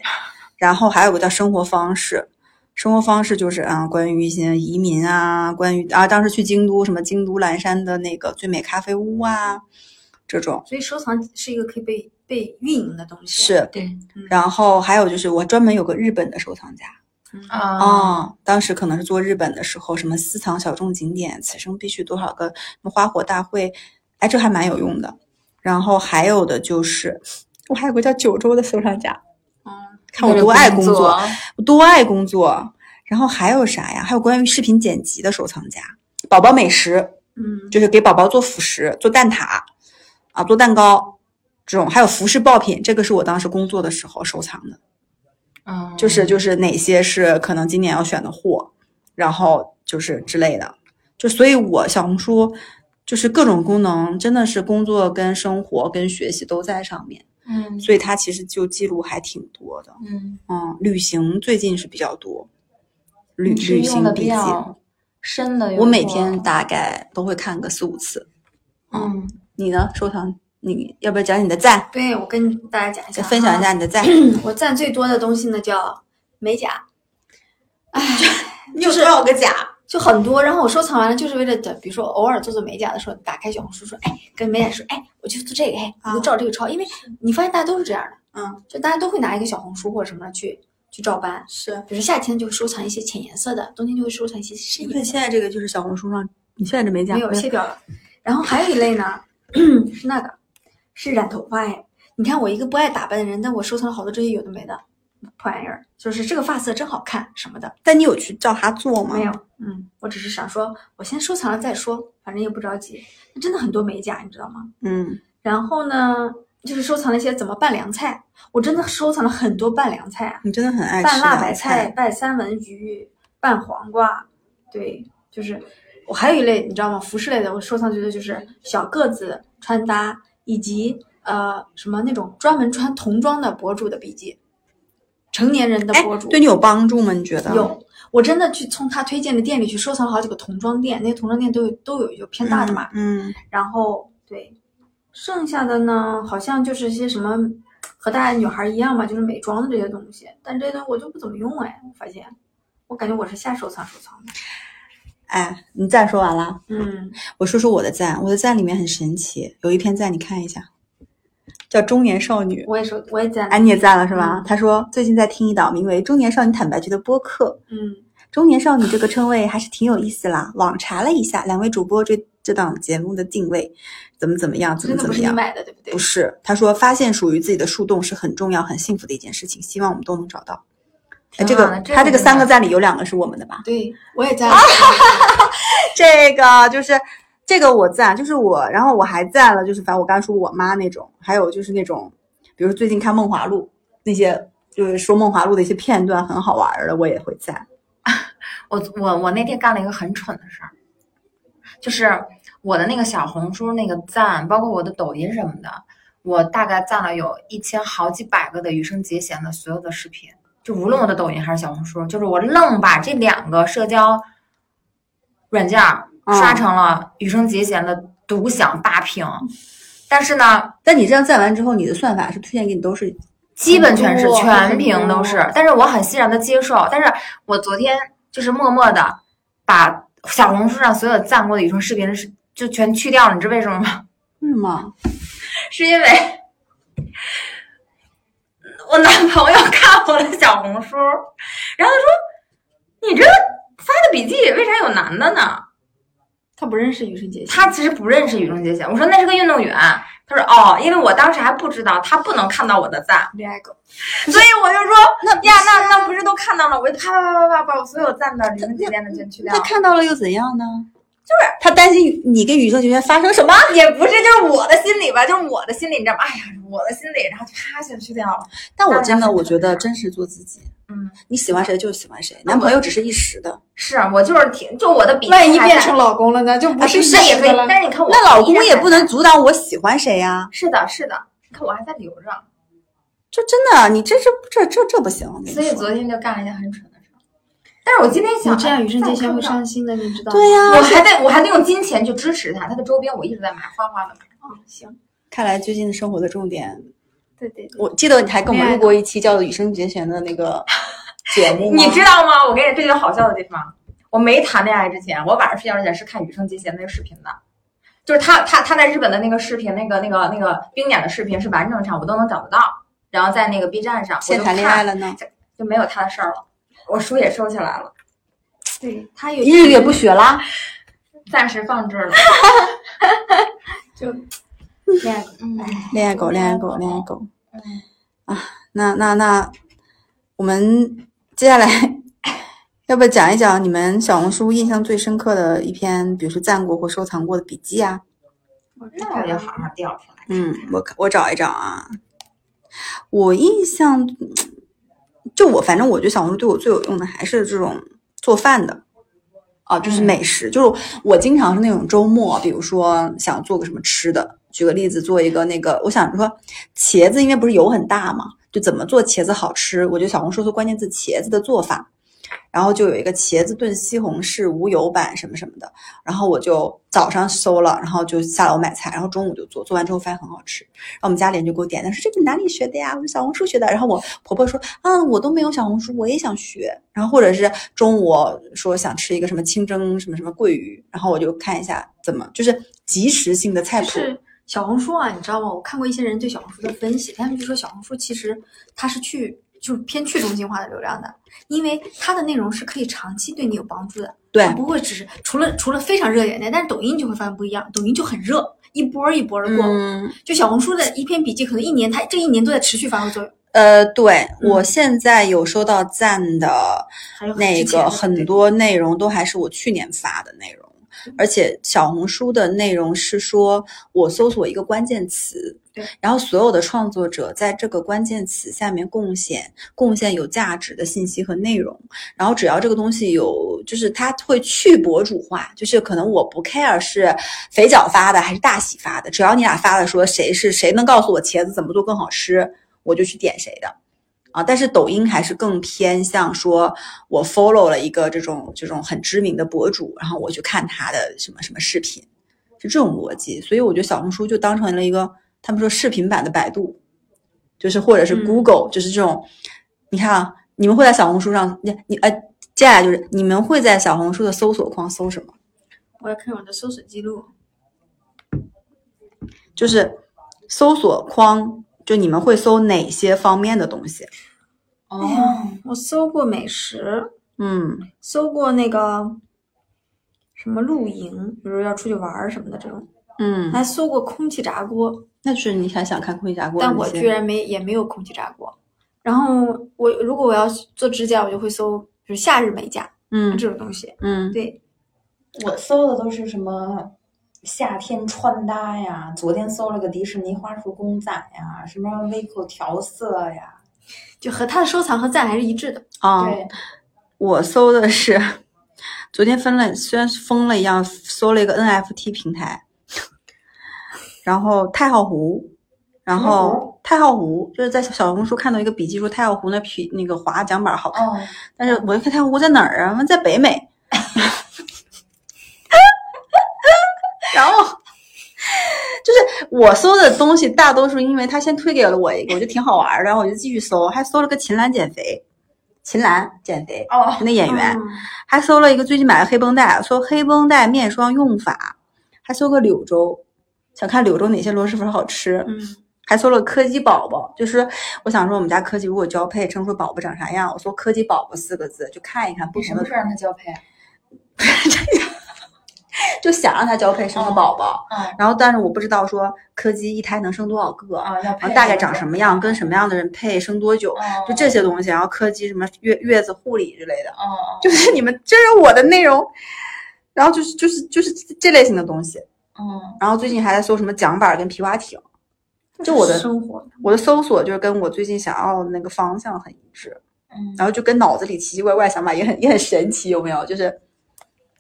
Speaker 2: 然后还有个叫生活方式，生活方式就是啊，关于一些移民啊，关于啊，当时去京都什么京都岚山的那个最美咖啡屋啊，这种
Speaker 3: 所以收藏是一个可以被被运营的东西。，
Speaker 2: 是。
Speaker 4: 对
Speaker 3: 嗯、
Speaker 2: 然后还有就是我专门有个日本的收藏家
Speaker 3: 啊，
Speaker 2: 啊、当时可能是做日本的时候，什么私藏小众景点，此生必去多少个什么花火大会，哎，这还蛮有用的。然后还有的就是，我还有个叫九州的收藏家，
Speaker 3: 嗯，
Speaker 2: 看我多爱工作，我多爱工作。然后还有啥呀？还有关于视频剪辑的收藏家，宝宝美食
Speaker 3: 嗯，
Speaker 2: 就是给宝宝做辅食，做蛋挞啊，做蛋糕这种，还有服饰爆品，这个是我当时工作的时候收藏的，
Speaker 4: 嗯，
Speaker 2: 就是就是哪些是可能今年要选的货，然后就是之类的，就所以我小红书就是各种功能，真的是工作跟生活跟学习都在上面，
Speaker 4: 嗯
Speaker 2: 所以它其实就记录还挺多的。
Speaker 4: 嗯，
Speaker 2: 嗯，旅行最近是比较多，旅
Speaker 4: 你嗯是
Speaker 2: 旅
Speaker 4: 用
Speaker 2: 行
Speaker 4: 的
Speaker 2: 笔
Speaker 4: 比
Speaker 2: 记，
Speaker 4: 较深的用户，
Speaker 2: 我每天大概都会看个四五次。
Speaker 4: 嗯，
Speaker 2: 你呢？收藏？你要不要讲你的赞？
Speaker 3: 对，我跟大家讲一下，嗯
Speaker 2: 分享一。下你的赞。 [LAUGHS]
Speaker 3: 我赞最多的东西呢叫美甲，
Speaker 2: 你有多少个甲？
Speaker 3: 就很多。然后我收藏完了，就是为了等，比如说偶尔做做美甲的时候，打开小红书说，哎，跟美甲说，哎，我就做这个，哎，
Speaker 2: 啊
Speaker 3: 你就照这个抄，因为你发现大家都是这样的，
Speaker 2: 嗯，
Speaker 3: 就大家都会拿一个小红书或者什么的去去照搬。
Speaker 2: 是。
Speaker 3: 比如夏天就会收藏一些浅颜色的，冬天就会收藏一些深
Speaker 2: 你
Speaker 3: 颜色
Speaker 2: 看
Speaker 3: 的。
Speaker 2: 现在这个就是小红书上，你现在这没甲
Speaker 3: 没有
Speaker 2: 对
Speaker 3: 卸掉了。然后还有一类呢， [CLEARS THROAT] 是那个，是染头发哎。你看我一个不爱打扮的人，但我收藏了好多这些有的没的破玩意儿，就是这个发色真好看什么的。
Speaker 2: 但你有去照他做吗？
Speaker 3: 没有，嗯，我只是想说，我先收藏了再说，反正也不着急。那真的很多美甲，你知道吗？
Speaker 2: 嗯，
Speaker 3: 然后呢，就是收藏了一些怎么拌凉菜，我真的收藏了很多拌凉菜啊，
Speaker 2: 你真的很爱吃
Speaker 3: 拌辣白
Speaker 2: 凉
Speaker 3: 菜、
Speaker 2: 菜。
Speaker 3: 拌三文鱼、拌黄瓜，对，就是我还有一类你知道吗？服饰类的，我收藏觉得就是小个子穿搭以及呃什么那种专门穿童装的博主的笔记，成年人的
Speaker 2: 哎
Speaker 3: 博主，
Speaker 2: 对你有帮助吗？你觉得？
Speaker 3: 有，我真的去从他推荐的店里去收藏了好几个童装店，那些童装店都有都有有偏大的嘛，
Speaker 2: 嗯，
Speaker 3: 然后对，剩下的呢，好像就是一些什么和大家女孩一样吧，就是美妆的这些东西，但这些东西我就不怎么用哎，我发现，我感觉我是下收藏收藏的，
Speaker 2: 哎，你赞说完了，
Speaker 3: 嗯，
Speaker 2: 我说说我的赞。我的赞里面很神奇，有一篇赞你看一下，叫《中年少女》。
Speaker 3: 我也是，我也在，
Speaker 2: 哎，你也赞了是吧
Speaker 3: 嗯？
Speaker 2: 他说最近在听一档名为《中年少女坦白局》的播客，
Speaker 3: 嗯，
Speaker 2: 中年少女这个称谓还是挺有意思啦。网查了一下，两位主播对这档节目的定位，怎么怎么样，怎
Speaker 3: 真
Speaker 2: 么
Speaker 3: 的
Speaker 2: 怎
Speaker 3: 不
Speaker 2: 么
Speaker 3: 是你
Speaker 2: 样。
Speaker 3: 买的，对不对？
Speaker 2: 不是，他说发现属于自己的树洞是很重要、很幸福的一件事情，希望我们都能找到。哎，这
Speaker 4: 挺好
Speaker 2: 个
Speaker 4: 的这
Speaker 2: 他这个
Speaker 4: 个真
Speaker 2: 三
Speaker 4: 的
Speaker 2: 个赞里有两个是我们的 [LAUGHS] 吧？
Speaker 3: 对，我也在， [LAUGHS]
Speaker 2: 这个就是这个我赞，就是我，然后我还赞了，就是反正我刚才说我妈那种，还有就是那种，比如最近看《梦华录》那些，就是说《梦华录》的一些片段很好玩儿的，我也会赞。
Speaker 4: 我我我那天干了一个很蠢的事儿，就是我的那个小红书那个赞，包括我的抖音什么的，我大概赞了有一千好几百个的羽生结弦的所有的视频，就无论我的抖音还是小红书，就是我愣把这两个社交软件儿刷
Speaker 2: 嗯
Speaker 4: 成了羽生结弦的独享大屏，但是呢，
Speaker 2: 但你这样赞完之后，你的算法是推荐给你都是
Speaker 4: 基本全是
Speaker 3: 很多
Speaker 4: 全屏都是，但是我很欣然的接受。但是我昨天就是默默的把小红书上所有赞过的语声视频是就全去掉了，你知为什么吗？ [LAUGHS]
Speaker 2: 嗯吗？
Speaker 4: 是因为我男朋友看我的小红书，然后他说：“你这发的笔记为啥有男的呢？”
Speaker 3: 他不认识羽生结弦，
Speaker 4: 他其实不认识羽生结弦。我说那是个运动员。他说哦，因为我当时还不知道他不能看到我的赞，
Speaker 3: 恋爱狗。
Speaker 4: 所以我就说，那呀，那那不是啊都看到了？我就啪啪啪啪啪把我所有赞的零零点点的全去 [LAUGHS] 掉
Speaker 2: 他。嗯看到了又怎样呢？就是他担心你跟羽生结弦发生什么？
Speaker 4: 也不是，就是我的心里吧，就是我的心里，你知道吗？哎呀，我的心里，然后就啪全去掉了。
Speaker 2: 但我
Speaker 4: 那
Speaker 2: 真的，
Speaker 4: 那
Speaker 2: 我觉得真是做自己。
Speaker 4: 嗯，
Speaker 2: 你喜欢谁就喜欢谁，
Speaker 4: 那
Speaker 2: 男
Speaker 4: 我
Speaker 2: 朋友只是一时的。
Speaker 4: 是啊，我就是挺，就我的笔记
Speaker 3: 万一
Speaker 4: 还
Speaker 3: 变
Speaker 4: 在
Speaker 3: 成老公了呢，就哎不
Speaker 2: 啊
Speaker 3: 是
Speaker 2: 对
Speaker 3: 一
Speaker 2: 是
Speaker 4: 那也
Speaker 3: 时
Speaker 4: 可
Speaker 3: 的
Speaker 4: 以，
Speaker 3: 了。
Speaker 4: 但是你看我
Speaker 2: 那老公也不能
Speaker 4: 依然还在
Speaker 2: 阻挡我喜欢谁呀、
Speaker 4: 是的，是的，你看我还在留着，
Speaker 2: 就真的，你这这这这这不行。我跟你
Speaker 4: 所以
Speaker 2: 说
Speaker 4: 昨天就干了一件很蠢的事儿。但是我今天想，
Speaker 3: 你这样羽生
Speaker 4: 哎
Speaker 3: 结弦会
Speaker 4: 再看看
Speaker 3: 伤心的，你知道吗？
Speaker 2: 对呀、
Speaker 4: 我还得我还得用金钱去支持他，他的周边我一直在买，花花的买。
Speaker 3: 啊，行，
Speaker 2: 看来最近生活的重点，
Speaker 3: 对对对，
Speaker 2: 我记得你还跟我们
Speaker 3: 恋爱
Speaker 2: 录过一期叫做《羽生结弦》的那
Speaker 4: [LAUGHS]
Speaker 2: 个节目吗
Speaker 4: 你知道吗？我跟你这就好笑的地方，我没谈恋爱之前，我晚上睡觉之前是看羽生结弦那个视频的，就是他他他在日本的那个视频，那个那个那个冰点的视频是完整场，我都能找得到。然后在那个 B 站上，我
Speaker 2: 现
Speaker 4: 就
Speaker 2: 谈
Speaker 4: 看
Speaker 2: 恋爱了呢？
Speaker 4: 就没有他的事儿了。我书也收起来了，
Speaker 3: 对他有
Speaker 2: 日语也不学啦？
Speaker 4: 暂时放置了。
Speaker 2: [LAUGHS]
Speaker 3: 就哎恋爱狗。
Speaker 4: 嗯，
Speaker 2: 恋爱狗，恋爱狗，恋爱狗。啊，那那那，我们接下来 [LAUGHS] 要不要讲一讲你们小红书印象最深刻的一篇，比如说赞过或收藏过的笔记啊？
Speaker 4: 那我就好好调出来。
Speaker 2: 嗯，我看我找一找啊。我印象，就我反正我觉得小红书对我最有用的还是这种做饭的，啊，就是
Speaker 4: 嗯
Speaker 2: 美食。就是我经常是那种周末，比如说想做个什么吃的，举个例子，做一个那个，我想说茄子，因为不是油很大嘛，就怎么做茄子好吃？我觉得小红书搜关键字茄子的做法，然后就有一个茄子炖西红柿无油版什么什么的，然后我就早上搜了，然后就下楼买菜，然后中午就做，做完之后发现很好吃，然后我们家里人就给我点赞，说这个哪里学的呀？我说小红书学的。然后我婆婆说啊，我都没有小红书，我也想学。然后或者是中午说想吃一个什么清蒸什么什么桂鱼，然后我就看一下怎么，就是及时性的菜
Speaker 3: 就
Speaker 2: 谱。
Speaker 3: 是小红书啊，你知道吗？我看过一些人对小红书的分析，他们就说小红书其实它是去就是偏去中心化的流量的，因为它的内容是可以长期对你有帮助的，
Speaker 2: 对
Speaker 3: 它不会只是除了除了非常热点的，但是抖音就会发现不一样，抖音就很热，一波儿一波的过。
Speaker 2: 嗯，
Speaker 3: 就小红书的一篇笔记，可能一年它这一年都在持续发挥作用，
Speaker 2: 呃，对我现在有收到赞的
Speaker 3: 还有
Speaker 2: 那
Speaker 3: 之前
Speaker 2: 个
Speaker 3: 的
Speaker 2: 很
Speaker 3: 对嗯
Speaker 2: 多内容都还是我去年发的内容，而且小红书的内容是说我搜索一个关键词
Speaker 3: 对，
Speaker 2: 然后所有的创作者在这个关键词下面贡献贡献有价值的信息和内容，然后只要这个东西有，就是它会去博主化，就是可能我不 care 是肥脚发的还是大喜发的，只要你俩发的说谁是谁能告诉我茄子怎么做更好吃，我就去点谁的。啊，但是抖音还是更偏向说，我 follow 了一个这种这种很知名的博主，然后我去看他的什么什么视频，是这种逻辑。所以我觉得小红书就当成了一个他们说视频版的百度，就是或者是
Speaker 3: 嗯
Speaker 2: Google，、就是这种。你看啊，你们会在小红书上，你你呃，接下来就是你们会在小红书的搜索框搜什么？
Speaker 3: 我要看我的搜索记录，
Speaker 2: 就是搜索框，就你们会搜哪些方面的东西？
Speaker 3: 哎
Speaker 4: 哦，
Speaker 3: 我搜过美食，
Speaker 2: 嗯，
Speaker 3: 搜过那个什么露营，比如要出去玩儿什么的这种。
Speaker 2: 嗯，
Speaker 3: 还搜过空气炸锅，
Speaker 2: 那是你还想看空气炸锅的
Speaker 3: 但
Speaker 2: 那些？
Speaker 3: 我居然没也没有空气炸锅。然后我如果我要做指甲，我就会搜就是夏日美甲
Speaker 2: 嗯
Speaker 3: 这种东西。
Speaker 2: 嗯，
Speaker 3: 对，
Speaker 4: 我搜的都是什么夏天穿搭呀，昨天搜了个迪士尼花束公仔呀，什么 Vico 调色呀，
Speaker 3: 就和他的收藏和赞还是一致的。
Speaker 2: 啊，
Speaker 4: 对，
Speaker 2: 我搜的是昨天分了，虽然是疯了一样，搜了一个 NFT 平台，然后太浩湖，然后太浩湖就是在小红书看到一个笔记说太浩湖那皮那个划桨板好看，
Speaker 4: 哦，
Speaker 2: 但是我一看太浩湖在哪儿啊？在北美， [LAUGHS] 然后。就是我搜的东西，大多数因为他先推给了我一个，我觉得挺好玩儿的，然后我就继续搜，还搜了个秦岚减肥，秦岚减肥
Speaker 4: 哦，
Speaker 2: 那演员，
Speaker 3: 嗯
Speaker 2: 还搜了一个最近买的黑绷带，搜黑绷带面霜用法，还搜个柳州，想看柳州哪些螺蛳粉好吃，
Speaker 3: 嗯，
Speaker 2: 还搜了柯基宝宝，就是我想说我们家柯基如果交配生出宝宝长啥样，我搜柯基宝宝四个字就看一看不
Speaker 4: 你什
Speaker 2: 同
Speaker 4: 么
Speaker 2: 的
Speaker 4: 时，候让他交配？
Speaker 2: 就想让它交配生个宝宝，
Speaker 4: 嗯
Speaker 2: 然后但是我不知道说柯基一胎能生多少个，
Speaker 4: 啊，要
Speaker 2: 然
Speaker 4: 配
Speaker 2: 后大概长什么样，跟什么样的人配，生多久，
Speaker 4: 哦？
Speaker 2: 就这些东西，然后柯基什么月月子护理之类的。
Speaker 4: 哦，哦哦，
Speaker 2: 就是你们，这是我的内容，然后就是就是就是这类型的东西。
Speaker 4: 嗯，
Speaker 2: 然后最近还在搜什么桨板跟皮划艇，嗯就我的
Speaker 3: 生活，
Speaker 2: 我的搜索就是跟我最近想要的那个方向很一致，
Speaker 4: 嗯
Speaker 2: 然后就跟脑子里奇奇怪怪想法也很也很神奇，有没有？就是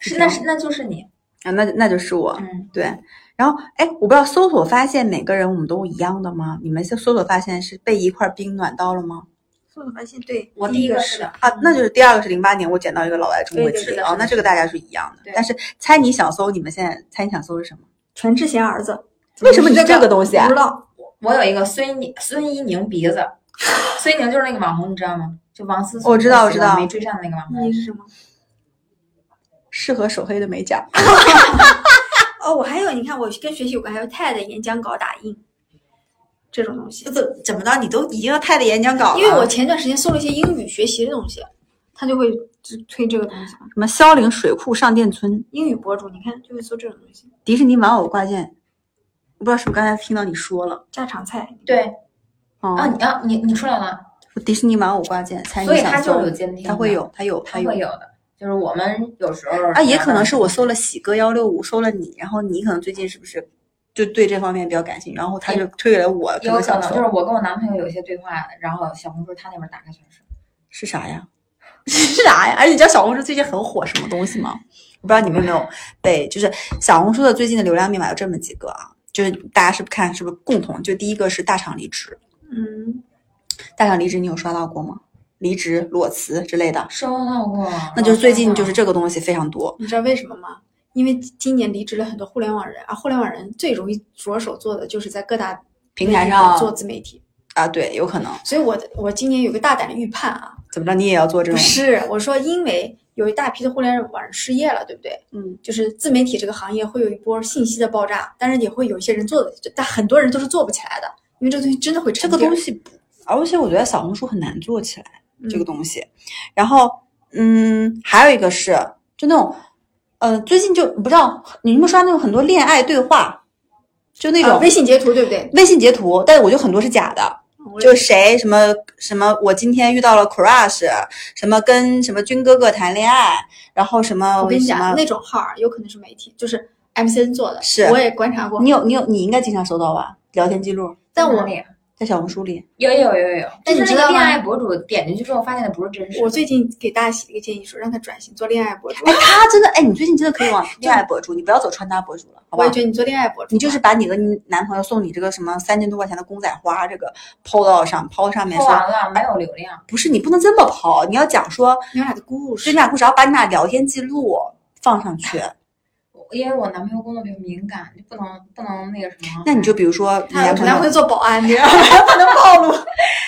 Speaker 4: 是那是那就是你，
Speaker 2: 啊，那那就是我，
Speaker 4: 嗯，
Speaker 2: 对。然后哎，我不知道搜索发现每个人我们都一样的吗？你们搜索发现是被一块冰暖到了吗？
Speaker 3: 搜索发现，对
Speaker 4: 我
Speaker 3: 第
Speaker 4: 第一
Speaker 3: 个
Speaker 4: 个
Speaker 3: 是
Speaker 4: 是的
Speaker 2: 啊，那就是第二个是零八年我捡到一个老外中国
Speaker 4: 对对
Speaker 2: 题
Speaker 4: 是的
Speaker 2: 啊，
Speaker 4: 是
Speaker 2: 哦
Speaker 4: 的
Speaker 2: 那这个大家是一样的
Speaker 4: 对。
Speaker 2: 但是猜你想搜，你们现在猜你想搜是什么？
Speaker 3: 全智贤儿子，
Speaker 2: 为什么你
Speaker 3: 这
Speaker 2: 这个东西啊
Speaker 3: 不知道，
Speaker 4: 我有一个孙一孙一宁鼻子，孙一宁就是那个网红，你知道吗？就王思聪
Speaker 2: 我知道
Speaker 4: 喜欢
Speaker 2: 我知道
Speaker 4: 没追上的那个网
Speaker 3: 你
Speaker 4: 红。
Speaker 3: 是什么？
Speaker 2: 适合手黑的美甲。
Speaker 3: 哦，我还有，你看我跟学习有关，还有 TED 演讲稿打印这种东西。
Speaker 2: 怎怎么的？你都已经要泰的演讲稿了？
Speaker 3: 因为我前段时间搜了一些英语学习的东西，他就会就推这个东西嘛。
Speaker 2: 什么萧岭水库上店村、
Speaker 3: 英语博主，你看就会搜这种东西。
Speaker 2: 迪士尼玩偶挂件，我不知道是不是刚才听到你说了
Speaker 3: 家常菜，
Speaker 4: 对
Speaker 2: 哦
Speaker 4: 啊，你啊你你出来了，
Speaker 2: 迪士尼玩偶挂件，猜你
Speaker 4: 所以
Speaker 2: 想
Speaker 4: 他
Speaker 2: 搜
Speaker 4: 就是有监听的，
Speaker 2: 它会有，它有，
Speaker 4: 他
Speaker 2: 有
Speaker 4: 会。有的，就是我们有时候
Speaker 2: 啊，也可能是我搜了喜哥幺六五，搜了你，然后你可能最近是不是就对这方面比较感兴趣，然后他就推给了我，
Speaker 4: 有
Speaker 2: 能
Speaker 4: 可
Speaker 2: 想
Speaker 4: 能
Speaker 2: 搜
Speaker 4: 就是我跟我男朋友有一些对话，然后小红书他那边打开全是。
Speaker 2: 是啥呀？ [LAUGHS] 是啥呀？而哎且你知道小红书最近很火什么东西吗？我不知道你们有没有被，就是小红书的最近的流量密码有这么几个啊，就是大家是不是看是不是共同？就第一个是大厂离职，
Speaker 3: 嗯，
Speaker 2: 大厂离职你有刷到过吗？离职、裸辞之类的，
Speaker 4: 收到过，
Speaker 2: 那就是最近就是
Speaker 4: 老
Speaker 2: 这个东西非常多。
Speaker 3: 你知道为什么吗？因为今年离职了很多互联网人，而啊互联网人最容易着手做的就是在各大
Speaker 2: 平台
Speaker 3: 媒体
Speaker 2: 上
Speaker 3: 做自媒体。
Speaker 2: 啊，对，有可能
Speaker 3: 所以我的我今年有个大胆的预判啊，
Speaker 2: 怎么着你也要做这
Speaker 3: 不
Speaker 2: 种，
Speaker 3: 是我说，因为有一大批的互联网人失业了，对不对？
Speaker 2: 嗯，
Speaker 3: 就是自媒体这个行业会有一波信息的爆炸，但是也会有一些人做的，但很多人都是做不起来的，因为这个东西真的会
Speaker 2: 这
Speaker 3: 沉
Speaker 2: 个
Speaker 3: 淀。
Speaker 2: 东西不，而且我觉得小红书很难做起来。
Speaker 3: 嗯
Speaker 2: 这个东西。然后，嗯，还有一个是就那种，呃，最近就不知道你们刷那种很多恋爱对话，就那种、
Speaker 3: 啊微信截图，对不对？
Speaker 2: 微信截图，但是我觉得很多是假的，哦就是谁什么什么，我今天遇到了 crush，什么跟什么军哥哥谈恋爱，然后什么
Speaker 3: 我跟你
Speaker 2: 什么
Speaker 3: 讲，那种号儿有可能是媒体，就是 MCN 做的，
Speaker 2: 是
Speaker 3: 我也观察过
Speaker 2: 你。有你有你应该经常收到吧？聊天记录
Speaker 4: 在
Speaker 3: 但我
Speaker 4: 哪里啊
Speaker 2: 在小红书里，
Speaker 4: 有有有有有，
Speaker 3: 但
Speaker 4: 就
Speaker 3: 你
Speaker 4: 是
Speaker 3: 知
Speaker 4: 那
Speaker 3: 道
Speaker 4: 个恋
Speaker 3: 吗
Speaker 4: 爱博主点进去之后发现那不是真实的，
Speaker 3: 我最近给大家写了一个建议，说让他转型做恋爱博主
Speaker 2: 哎，。他真的哎，你最近真的可以
Speaker 3: [LAUGHS]
Speaker 2: 往恋爱博主，你不要走穿搭博主了，好
Speaker 3: 我
Speaker 2: 吧
Speaker 3: 也？觉得你做恋爱博主吧，
Speaker 2: 你就是把你和你男朋友送你这个什么三千多块钱的公仔花，这个抛到上抛上面
Speaker 4: 说
Speaker 2: 说，
Speaker 4: 完了没有流量，
Speaker 2: 不是你不能这么抛，你要讲说
Speaker 3: 你们俩的故
Speaker 2: 就
Speaker 3: 事
Speaker 2: 你。俩故事，然后把你俩聊天记录放上去。
Speaker 4: 我因为我男朋友工作比较敏感，就不能不能那个什么。
Speaker 2: 那你就比如说你
Speaker 3: 他
Speaker 2: 男
Speaker 3: 可
Speaker 2: 朋
Speaker 3: 能会
Speaker 2: 友
Speaker 3: 做保安，你知道吗？
Speaker 2: 不能暴露，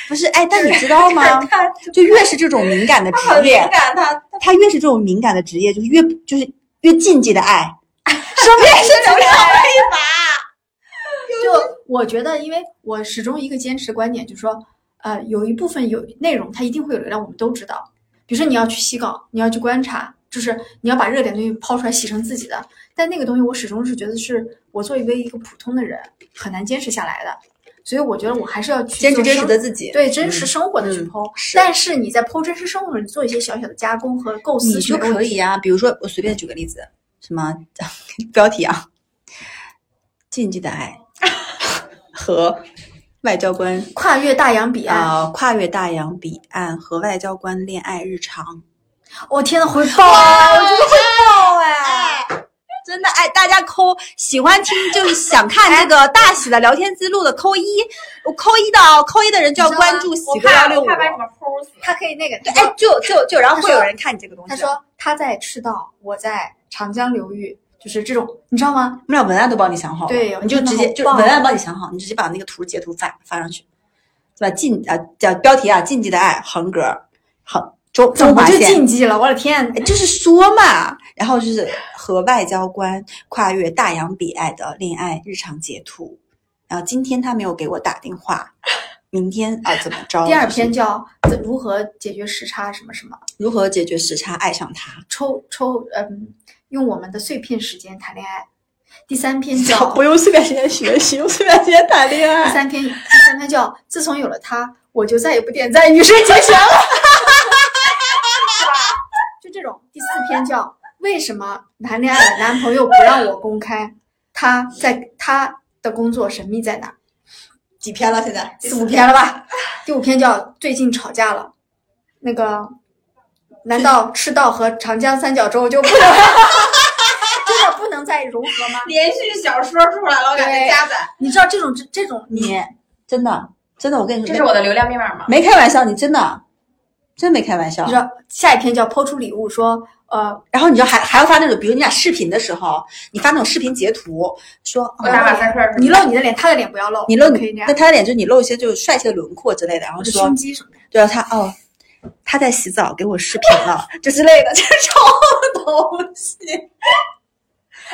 Speaker 2: 不是哎，但你知道吗？
Speaker 4: [LAUGHS]
Speaker 3: [LAUGHS]
Speaker 4: 他
Speaker 2: 就越是这种敏感的职
Speaker 4: 他很敏
Speaker 2: 业，
Speaker 4: 感，他
Speaker 2: 他越是这种敏感的职业，就是越就是越禁忌的爱，说不定是流量密码。
Speaker 3: 就我觉得，因为我始终一个坚持观点，就是说，呃，有一部分有内容，它一定会有流量，我们都知道。比如说，你要去洗稿，你要去观察，就是你要把热点东西抛出来，洗成自己的。但那个东西，我始终是觉得是我作为一个普通的人很难坚持下来的。所以我觉得我还是要去
Speaker 2: 坚持
Speaker 3: 做
Speaker 2: 真实
Speaker 3: 生
Speaker 2: 的自己，
Speaker 3: 对真实生活的去
Speaker 2: 嗯
Speaker 3: 剖。
Speaker 2: 是
Speaker 3: 但是你在剖真实生活，你做一些小小的加工和构思
Speaker 2: 你
Speaker 3: 是
Speaker 2: 就
Speaker 3: 没问
Speaker 2: 可
Speaker 3: 题
Speaker 2: 以啊，比如说我随便举个例子，什么标题啊，禁忌的 [LAUGHS] 爱和外交官啊
Speaker 3: 跨越大洋彼岸。
Speaker 2: 啊、跨越大洋彼岸和外交官恋爱日常，
Speaker 3: 我天呐，回报啊！我觉得回报哎，
Speaker 2: 真的哎，大家抠喜欢听就是想看这个大喜的聊天记录的扣一，我扣一的啊，扣一的人就要关注喜看幺六五。
Speaker 4: 们齁死。
Speaker 3: 他可以那个，
Speaker 2: 对，哎，就就就然后
Speaker 3: 他
Speaker 2: 会
Speaker 3: 说
Speaker 2: 有人看你这个东西。啊
Speaker 3: 他说他在赤道，我在长江流域，就是这种，你知道吗？
Speaker 2: 我们俩文案都帮你想好了，
Speaker 3: 对
Speaker 2: 你就直接就
Speaker 3: 我真的好棒
Speaker 2: 文案帮你想好，你直接把那个图截图发发上去，对吧？禁啊叫标题啊，禁忌的爱横格横中
Speaker 3: 怎
Speaker 2: 中
Speaker 3: 么
Speaker 2: 华
Speaker 3: 就
Speaker 2: 线。哎
Speaker 3: 禁忌了？我的天！
Speaker 2: 就是说嘛，然后就是和外交官跨越大洋彼岸的恋爱日常截图。然后今天他没有给我打电话，明天啊怎么着？
Speaker 3: 第二篇叫怎如何解决时差什么什么，
Speaker 2: 如何解决时差爱上他？
Speaker 3: 抽抽嗯，用我们的碎片时间谈恋爱。第三篇叫
Speaker 2: [LAUGHS] 不用碎片时间学习，用碎片时间谈恋
Speaker 3: 第
Speaker 2: 爱。
Speaker 3: 三篇第三篇叫自从有了他，我就再也不点赞与谁结弦
Speaker 2: [LAUGHS]
Speaker 3: 了，是吧？就这种。第四篇叫为什么谈恋爱的男朋友不让我公开他在他的工作神秘在哪儿？
Speaker 2: 几篇了？现在
Speaker 3: 四五篇了吧？第五篇叫最近吵架了，那个难道赤道和长江三角洲就不能真的不能再融合吗？ [LAUGHS]
Speaker 4: 连续小说出来了，我
Speaker 3: 感觉
Speaker 4: 加载。
Speaker 3: 你知道这种这这种
Speaker 2: 你真的真的，我跟你
Speaker 4: 这
Speaker 2: 说，
Speaker 4: 是我的流量密码吗？
Speaker 2: 没开玩笑，你真的真没开玩笑
Speaker 3: 你知。道下一篇叫抛出礼物说，呃，
Speaker 2: 然后你知道还还要发那种，比如你俩视频的时候，你发那种视频截图，说
Speaker 4: 我打马赛克是吗
Speaker 3: 呃你露你的脸，他的脸不要露，
Speaker 2: 你露
Speaker 3: 可以
Speaker 2: 你
Speaker 3: 这样
Speaker 2: 哦那，他的脸就是你露一些就是帅气的轮廓之类的，然后
Speaker 3: 或者
Speaker 2: 说
Speaker 3: 胸肌什么的。
Speaker 2: 对啊，他哦，他在洗澡给我视频了，就之类的这种东西。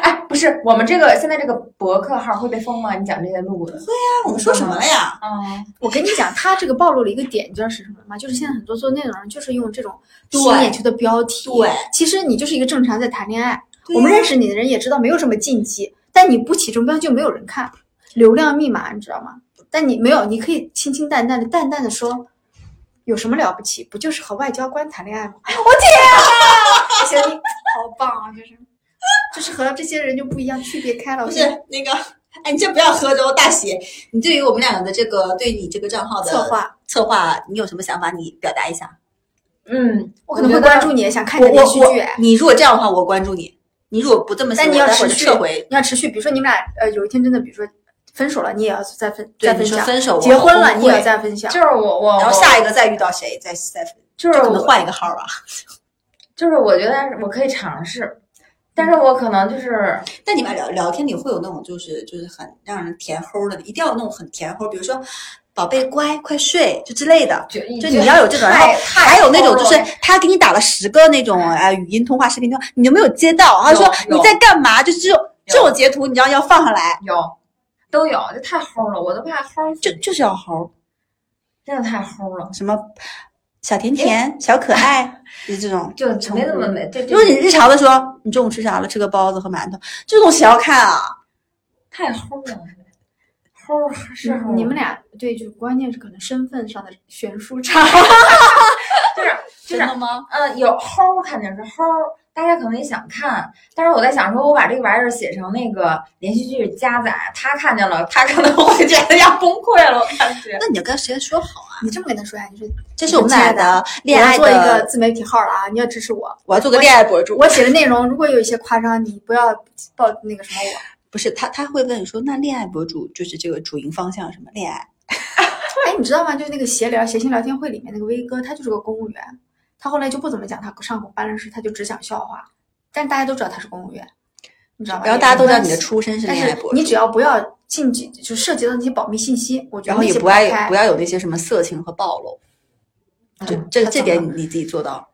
Speaker 4: 哎，不是，我们这个现在这个博客号会被封吗？你讲这些露骨的。
Speaker 2: [LAUGHS] 那我们说什么了呀？
Speaker 4: 嗯，
Speaker 3: 我跟你讲，他这个暴露了一个点，你知道是什
Speaker 2: [LAUGHS]
Speaker 3: 么吗？就是现在很多做内容人就是用这种吸引
Speaker 2: 对
Speaker 3: 眼球的标题。
Speaker 2: 对，
Speaker 3: 其实你就是一个正常在谈恋爱，
Speaker 2: 对
Speaker 3: 我们
Speaker 2: 呀
Speaker 3: 认识你的人也知道没有这么禁忌，但你不起中标就没有人看，流量密码你知道吗？但你没有，你可以清清淡淡的、淡淡的说，有什么了不起？不就是和外交官谈恋爱
Speaker 2: [LAUGHS]
Speaker 3: 吗？我 [LAUGHS] 天啊，行，你好棒啊，
Speaker 2: [LAUGHS]
Speaker 3: 就是就是和这些人就不一样，区别开了。
Speaker 2: 不是那个，哎，你先不要喝粥，大喜，你对于我们两个的这个，对你这个账号的
Speaker 3: 策划，
Speaker 2: 策划，你有什么想法？你表达一下。
Speaker 4: 嗯，
Speaker 3: 我可能会
Speaker 4: 觉得
Speaker 3: 关注你，想看你
Speaker 2: 我
Speaker 3: 的连
Speaker 2: 我
Speaker 3: 续
Speaker 2: 我
Speaker 3: 剧。哎，
Speaker 2: 你如果这样的话，我关注你。你如果不这么
Speaker 3: 但
Speaker 2: 想，
Speaker 3: 你要
Speaker 2: 我待会
Speaker 3: 持
Speaker 2: 儿就
Speaker 3: 续，
Speaker 2: 撤回。
Speaker 3: 你要持续。比如说你们俩呃有一天真的，比如说分手了，你也要再分
Speaker 2: 对
Speaker 3: 再分
Speaker 2: 你说
Speaker 3: 享；
Speaker 2: 分手，
Speaker 3: 结
Speaker 2: 我
Speaker 3: 婚
Speaker 2: 我
Speaker 3: 了，
Speaker 2: 不
Speaker 3: 你也要
Speaker 2: 会
Speaker 3: 再分享
Speaker 4: 就。是我我
Speaker 2: 然后
Speaker 4: 我
Speaker 2: 下一个再遇到谁，再再
Speaker 4: 就
Speaker 2: 就是可能
Speaker 4: 我
Speaker 2: 换一个号啊吧。
Speaker 4: 就是我觉得我可以尝试，但是我可能就是
Speaker 2: 但你们聊聊天里会有那种就是就是很让人甜齁的，一定要那种很甜齁，比如说宝贝乖，快睡就之类的。
Speaker 4: 就
Speaker 2: 就你要有这种，然后还有那种就是他给你打了十个那种哎语音通话、视频通话，你都没有接到，他
Speaker 4: 有
Speaker 2: 说
Speaker 4: 有
Speaker 2: 你在干嘛？就是这种这种截图，你知道要放上来，
Speaker 4: 有都有，这太齁了，我都怕齁死，
Speaker 2: 就就是要猴
Speaker 4: 真的太齁了，
Speaker 2: 什么小甜甜、小可 [LAUGHS] 爱，哎就是这种。
Speaker 4: 就没怎么没这
Speaker 2: 如果你日常的说你中午吃啥了，吃个包子和馒头，这种谁要看啊？
Speaker 4: 太齁了，齁是哦齁，
Speaker 3: 你们俩对，就是关键是可能身份上的悬殊差。
Speaker 2: [LAUGHS]
Speaker 4: 就是就是
Speaker 2: 吗？
Speaker 4: 嗯有齁肯定是齁。大家可能也想看，但是我在想说，我把这个玩意儿写成那个连续剧加载，他看见了，他可能会觉得要崩溃了，我感觉。
Speaker 2: 那你要跟谁说好啊？
Speaker 3: 你这么跟他说呀？你说
Speaker 2: 这是我们俩的恋爱
Speaker 3: 我要做一个
Speaker 2: 的，
Speaker 3: 自媒体号了啊，你要支持我。
Speaker 2: 我要做个恋爱博主。
Speaker 3: 我写的内容如果有一些夸张，你不要报那个什么我。
Speaker 2: 不是他，他会问说，那恋爱博主就是这个主营方向什么恋爱？
Speaker 3: 哎，你知道吗？就是那个闲聊、谐星聊天会里面那个威哥，他就是个公务员，他后来就不怎么讲他上过班的事，他就只讲笑话，但大家都知道他是公务员，你知道吧？
Speaker 2: 然后
Speaker 3: 也
Speaker 2: 大家
Speaker 3: 哎没
Speaker 2: 都知道
Speaker 3: 关
Speaker 2: 你的
Speaker 3: 系
Speaker 2: 出身是
Speaker 3: 但
Speaker 2: 恋
Speaker 3: 是
Speaker 2: 爱博
Speaker 3: 你
Speaker 2: 主，
Speaker 3: 只要不要禁忌，就涉及到那些保密信息，我觉
Speaker 2: 然后
Speaker 3: 得那
Speaker 2: 也
Speaker 3: 些
Speaker 2: 不要有
Speaker 3: 开
Speaker 2: 不要有那些什么色情和暴露，这
Speaker 4: 嗯
Speaker 2: 这
Speaker 3: 他
Speaker 2: 这
Speaker 3: 怎
Speaker 2: 点
Speaker 3: 么
Speaker 2: 你自己做到了。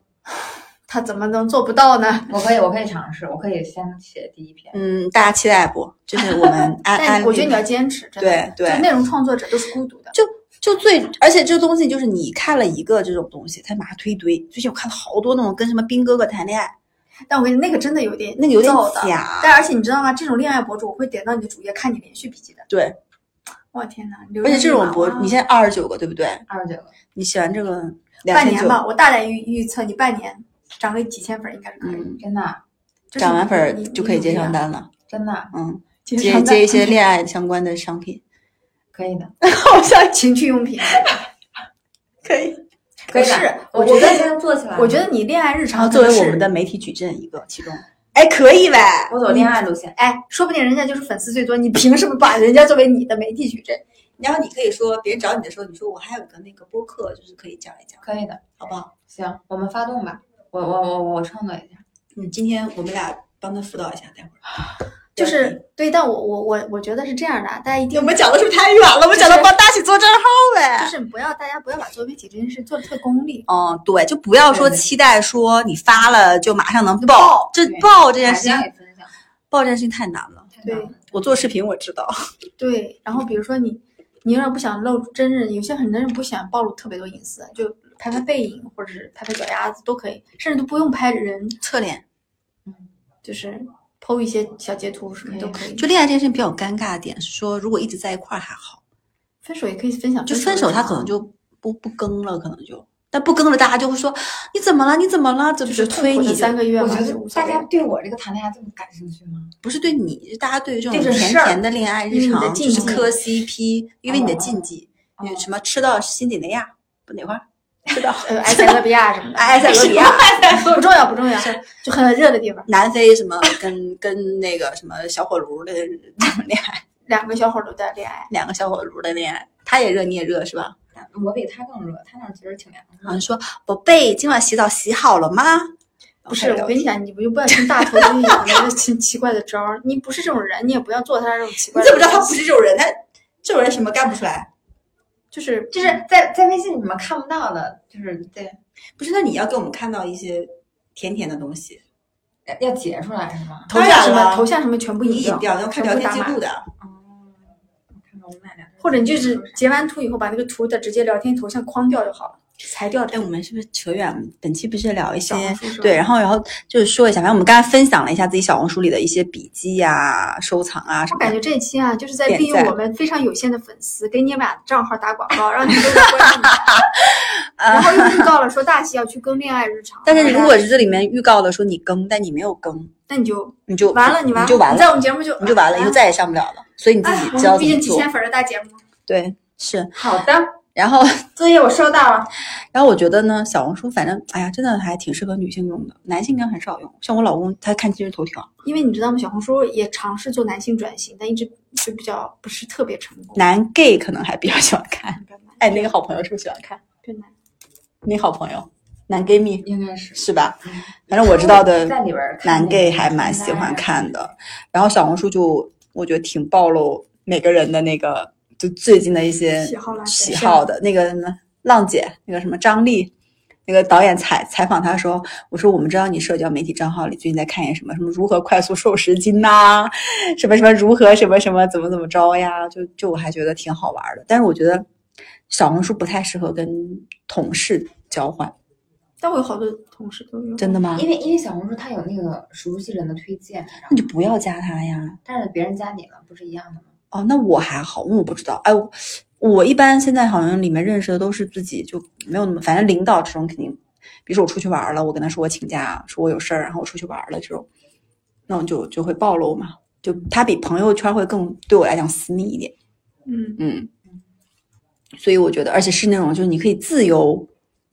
Speaker 3: 他怎么能做不到呢？
Speaker 4: [LAUGHS] 我可以，我可以尝试，我可以先写第一篇。
Speaker 2: 嗯，大家期待不？就是
Speaker 3: [LAUGHS]
Speaker 2: 我们安
Speaker 3: 但
Speaker 2: 安利，
Speaker 3: 我觉得你要坚持，真的
Speaker 2: 对对
Speaker 3: 就内容创作者都是孤独的。
Speaker 2: 就就最，而且这东西就是你看了一个这种东西，他马上推一堆。最近我看了好多那种跟什么兵哥哥谈恋爱，
Speaker 3: 但我跟你那个真的有点
Speaker 2: 那个有点
Speaker 3: 造的
Speaker 2: 假
Speaker 3: 但而且你知道吗？这种恋爱博主我会点到你的主页看你连续笔记的。
Speaker 2: 对，
Speaker 3: 我天哪！流
Speaker 2: 而且
Speaker 3: 量
Speaker 2: 这
Speaker 3: 密码
Speaker 2: 种博，
Speaker 3: 哇
Speaker 2: 你现在二十九个对不对？
Speaker 4: 二十九个，
Speaker 2: 你喜欢这个两
Speaker 3: 半
Speaker 2: 千
Speaker 3: 年
Speaker 2: 九，
Speaker 3: 吧，我大胆预预测你半年涨个几千粉应该是可以。
Speaker 2: 嗯，
Speaker 4: 真的，
Speaker 3: 这是
Speaker 2: 涨完粉儿
Speaker 3: 你啊
Speaker 2: 就可以接上，单了，
Speaker 4: 真的
Speaker 2: 嗯，
Speaker 3: 你你努力啊
Speaker 2: 接接一
Speaker 3: [LAUGHS]
Speaker 2: 些恋爱相关的商品，
Speaker 4: 可以的。
Speaker 2: 好像
Speaker 3: 情趣用品。
Speaker 2: [LAUGHS] 可以。可以
Speaker 3: 不是
Speaker 2: 的，
Speaker 3: 我
Speaker 2: 我
Speaker 3: 觉
Speaker 2: 觉
Speaker 3: 得
Speaker 2: 得
Speaker 4: 现在做起来了，
Speaker 3: 我觉得你恋爱
Speaker 2: 然后
Speaker 3: 日常
Speaker 2: 作为
Speaker 3: 可能
Speaker 2: 我
Speaker 3: 是
Speaker 2: 们的媒体矩阵一个其中，哎，可以呗。
Speaker 4: 我走恋爱路线，
Speaker 3: 哎，说不定人家就是粉丝最多，你凭什么把人家作为你的媒体矩阵？
Speaker 2: 然后你可以说，别人找你的时候，你说我还有个那个播客，就是可以讲一讲，
Speaker 4: 可以的，
Speaker 2: 好不好？
Speaker 4: 行，我们发动吧，我我我我创作一下，
Speaker 2: 嗯，今天我们俩帮他辅导一下，待会儿。 [SIGHS]
Speaker 3: 就是对，但我我我我觉得是这样的，啊大家一定
Speaker 2: 我们讲的是不是太远了？我们讲的帮大喜做账号呗
Speaker 3: 就。是不要大家不要把做媒体这件事做的特
Speaker 2: [LAUGHS]
Speaker 3: 功利。
Speaker 2: 嗯，对，就不要说
Speaker 4: 对
Speaker 2: 期待说你发了就马上能
Speaker 3: 就
Speaker 2: 爆
Speaker 3: 爆，
Speaker 2: 这
Speaker 4: 对
Speaker 2: 爆这件
Speaker 4: 海
Speaker 2: 事情
Speaker 4: 量，也分享，
Speaker 2: 爆这件事情太难了。
Speaker 4: 太棒了
Speaker 2: 我做视频我知道，
Speaker 3: 啊对，然后比如说你，你有点不想露真人，有些很多人不想暴露特别多隐私，啊就拍拍背影或者是拍拍脚丫子都可以，甚至都不用拍人，
Speaker 2: 侧脸
Speaker 3: 就是剖一些小截图什么都可以。
Speaker 2: 就恋爱这件事情比较尴尬的点是说，如果一直在一块儿还好，
Speaker 3: 分手也可以分享，
Speaker 2: 就分手他可能就不不更了，可能就。但不更了，大家就会说你怎么了？你怎么了？怎
Speaker 3: 就
Speaker 2: 么
Speaker 3: 是
Speaker 2: 推
Speaker 3: 痛苦
Speaker 2: 你
Speaker 3: 的
Speaker 2: 就？
Speaker 3: 三个月
Speaker 4: 我
Speaker 3: 嘛，
Speaker 4: 觉
Speaker 3: 就
Speaker 4: 得
Speaker 3: 无所
Speaker 4: 大
Speaker 3: 谓
Speaker 4: 家对我这个谈恋爱这么感兴趣吗？
Speaker 2: 不是对你，是大家对于这种
Speaker 4: 这个
Speaker 2: 甜
Speaker 4: 事儿
Speaker 2: 甜的恋爱日
Speaker 3: 嗯你的
Speaker 2: 常，就
Speaker 3: 禁
Speaker 2: 是
Speaker 3: 忌
Speaker 2: 磕 CP，因为你的
Speaker 4: 哦
Speaker 2: 禁忌，
Speaker 4: 哦
Speaker 2: 你什么吃到新几内亚不哪 [LAUGHS] 块儿？吃到
Speaker 3: 呃埃塞俄比亚什么的，
Speaker 2: 埃塞俄比亚，
Speaker 3: 不重要不重要，就很热的地方。
Speaker 2: 南非什么跟跟那个什么小火炉的 [LAUGHS] 恋爱，
Speaker 3: 两个小伙儿都在恋爱，
Speaker 2: 两个小火炉的恋爱，他也热你也热是吧？
Speaker 4: 嗯我比他更热，他那儿其实挺凉
Speaker 2: 好像说宝贝，今晚洗澡洗好了吗？
Speaker 3: 不是我跟你讲，你不就不要听大头就养那个奇奇怪的招儿，你不是这种人，你也不要做他这种奇怪
Speaker 2: 你
Speaker 3: 的
Speaker 2: 怎
Speaker 3: 东
Speaker 2: 么知道他不
Speaker 3: 西。
Speaker 2: 是这种人？他这种人什么干不出来？
Speaker 3: 就是
Speaker 4: 就是在在微信你们看不到的，就是对
Speaker 2: 不是，那你要给我们看到一些甜甜的东西，
Speaker 4: 要要截出来是吗？
Speaker 2: 头
Speaker 3: 头像
Speaker 2: 像
Speaker 3: 什么
Speaker 2: 了，
Speaker 3: 头像什么全部
Speaker 2: 你
Speaker 3: 隐
Speaker 2: 引掉，要看聊天记录
Speaker 3: 录，
Speaker 2: 的。
Speaker 4: 哦，我看看我们俩聊天，
Speaker 3: 或者你
Speaker 4: 嗯
Speaker 3: 就是截完图以后把那个图的直接聊天头像框掉就好了，裁掉
Speaker 2: 哎，
Speaker 3: 这
Speaker 2: 我们是不是扯远？了？本期必须聊一些
Speaker 3: 小红书是吧
Speaker 2: 对，然后然后就是说一下，反正我们刚才分享了一下自己小红书里的一些笔记呀、收藏啊什
Speaker 3: 我
Speaker 2: 么的
Speaker 3: 感。觉这一期啊，就是在
Speaker 2: 点
Speaker 3: 利用
Speaker 2: 赞
Speaker 3: 我们非常有限的粉丝，给你们俩账号打广告，让你们都来关注你们。然后又预告了说大西要去更恋爱日常，
Speaker 2: 但是如果是这里面预告了说你更，但你没有更，
Speaker 3: 那你就
Speaker 2: 你就
Speaker 3: 完了，你完
Speaker 2: 你就完
Speaker 3: 你在
Speaker 2: 了，
Speaker 3: 我们节目就
Speaker 2: 你就完了，以后再也上不了了。所以你自
Speaker 3: 哎，
Speaker 2: 己
Speaker 3: 我
Speaker 2: 知道怎
Speaker 3: 们毕竟
Speaker 2: 么
Speaker 3: 几
Speaker 2: 做。
Speaker 3: 千粉儿的大节目，
Speaker 2: 对，是。
Speaker 4: 好的，
Speaker 2: 然后，
Speaker 4: 作业我收到了。
Speaker 2: 然后我觉得呢，小红书反正，哎呀，真的还挺适合女性用的，男性应该很少用。像我老公，他看今日头条，
Speaker 3: 因为你知道吗？小红书也尝试做男性转型，但一直就比较不是特别成功。
Speaker 2: 男 gay 可能还比较喜欢看。
Speaker 3: 别难，
Speaker 2: 哎，那个好朋友是不是喜欢看？
Speaker 3: 别难。
Speaker 2: 那个好朋友，男 gay 蜜
Speaker 4: 应该是
Speaker 2: 是吧？反 [LAUGHS] 正我知道的
Speaker 4: 在里边儿看
Speaker 2: 男
Speaker 4: 那
Speaker 2: gay
Speaker 4: 个
Speaker 2: 还蛮
Speaker 4: 清
Speaker 2: 喜
Speaker 4: 单
Speaker 2: 欢
Speaker 4: 啊
Speaker 2: 看的，然后小红书就我觉得挺暴露每个人的那个就最近的一些
Speaker 3: 喜好啦
Speaker 2: 嗯喜
Speaker 3: 对啊
Speaker 2: 好的那个什么浪姐那个什么张丽。那个导演采采访他的时候，我说我们知道你社交媒体账号里最近在看些什么，什么如何快速瘦十斤呐、什么什么如何什么什么怎么怎么着呀，就就我还觉得挺好玩的。但是我觉得小红书不太适合跟同事交换，
Speaker 3: 但我有好多同事都有，
Speaker 2: 真的吗？
Speaker 4: 嗯因为因为小红书它有那个熟悉人的推荐，然
Speaker 2: 那
Speaker 4: 后
Speaker 2: 你就不要加他呀。
Speaker 4: 但是别人加你了，不是一样的吗？
Speaker 2: 哦，那我还好，我不知道。哎，我我一般现在好像里面认识的都是自己，就没有那么，反正领导这种肯定，比如说我出去玩了，我跟他说我请假，说我有事儿，然后我出去玩了这种，那我就就会暴露嘛。就他比朋友圈会更对我来讲私密一点，
Speaker 3: 嗯，
Speaker 2: 嗯。所以我觉得，而且是那种就是你可以自由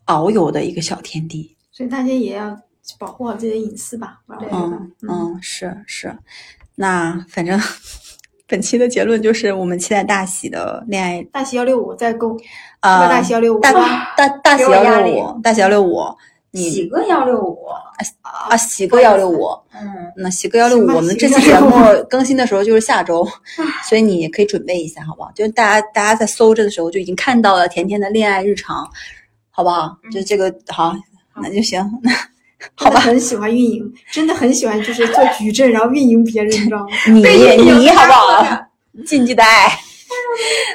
Speaker 2: 遨游的一个小天地。
Speaker 3: 所以大家也要保护好自己的隐私吧。我觉得
Speaker 2: 嗯，嗯，是是。那反正 [LAUGHS] 本期的结论就是，我们期待大喜的恋爱
Speaker 3: 大喜幺六五再购，是
Speaker 2: 啊、
Speaker 3: 吧？大喜幺六五，
Speaker 2: 大大大喜
Speaker 4: 给我
Speaker 2: 幺
Speaker 4: 压
Speaker 2: 六五，大喜幺六五，你
Speaker 4: 喜哥幺六五，
Speaker 2: 啊喜哥幺六五，
Speaker 4: 嗯，
Speaker 2: 那喜哥幺六五
Speaker 3: 行，吧
Speaker 2: 我们这
Speaker 3: 喜
Speaker 2: 期
Speaker 3: 哥
Speaker 2: 节目
Speaker 3: 165
Speaker 2: 更新的时候就是下周，所以你可以准备一下，好不好？就是大家大家在搜这个时候就已经看到了甜甜的恋爱日常，好不好？就这个好，那就行。那
Speaker 3: 好吧，很喜欢运营，真的很喜欢就是做矩阵，然后运营别人，你知道吗？
Speaker 2: 你
Speaker 4: 被你
Speaker 2: 你
Speaker 4: 有
Speaker 2: 好不
Speaker 4: 压迫
Speaker 2: 好？禁忌的爱。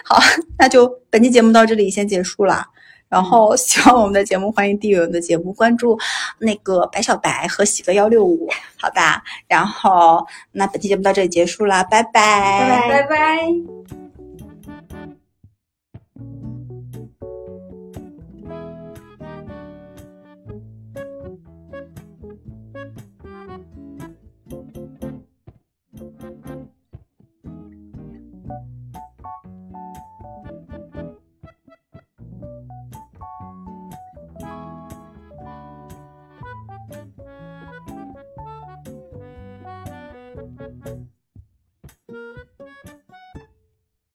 Speaker 2: 好，那就本期节目到这里先结束了。然后喜欢我们的节目，欢迎订阅我们的节目，关注那个白小白和喜哥幺六五，好吧？然后那本期节目到这里结束啦，拜拜
Speaker 3: 拜
Speaker 4: 拜拜。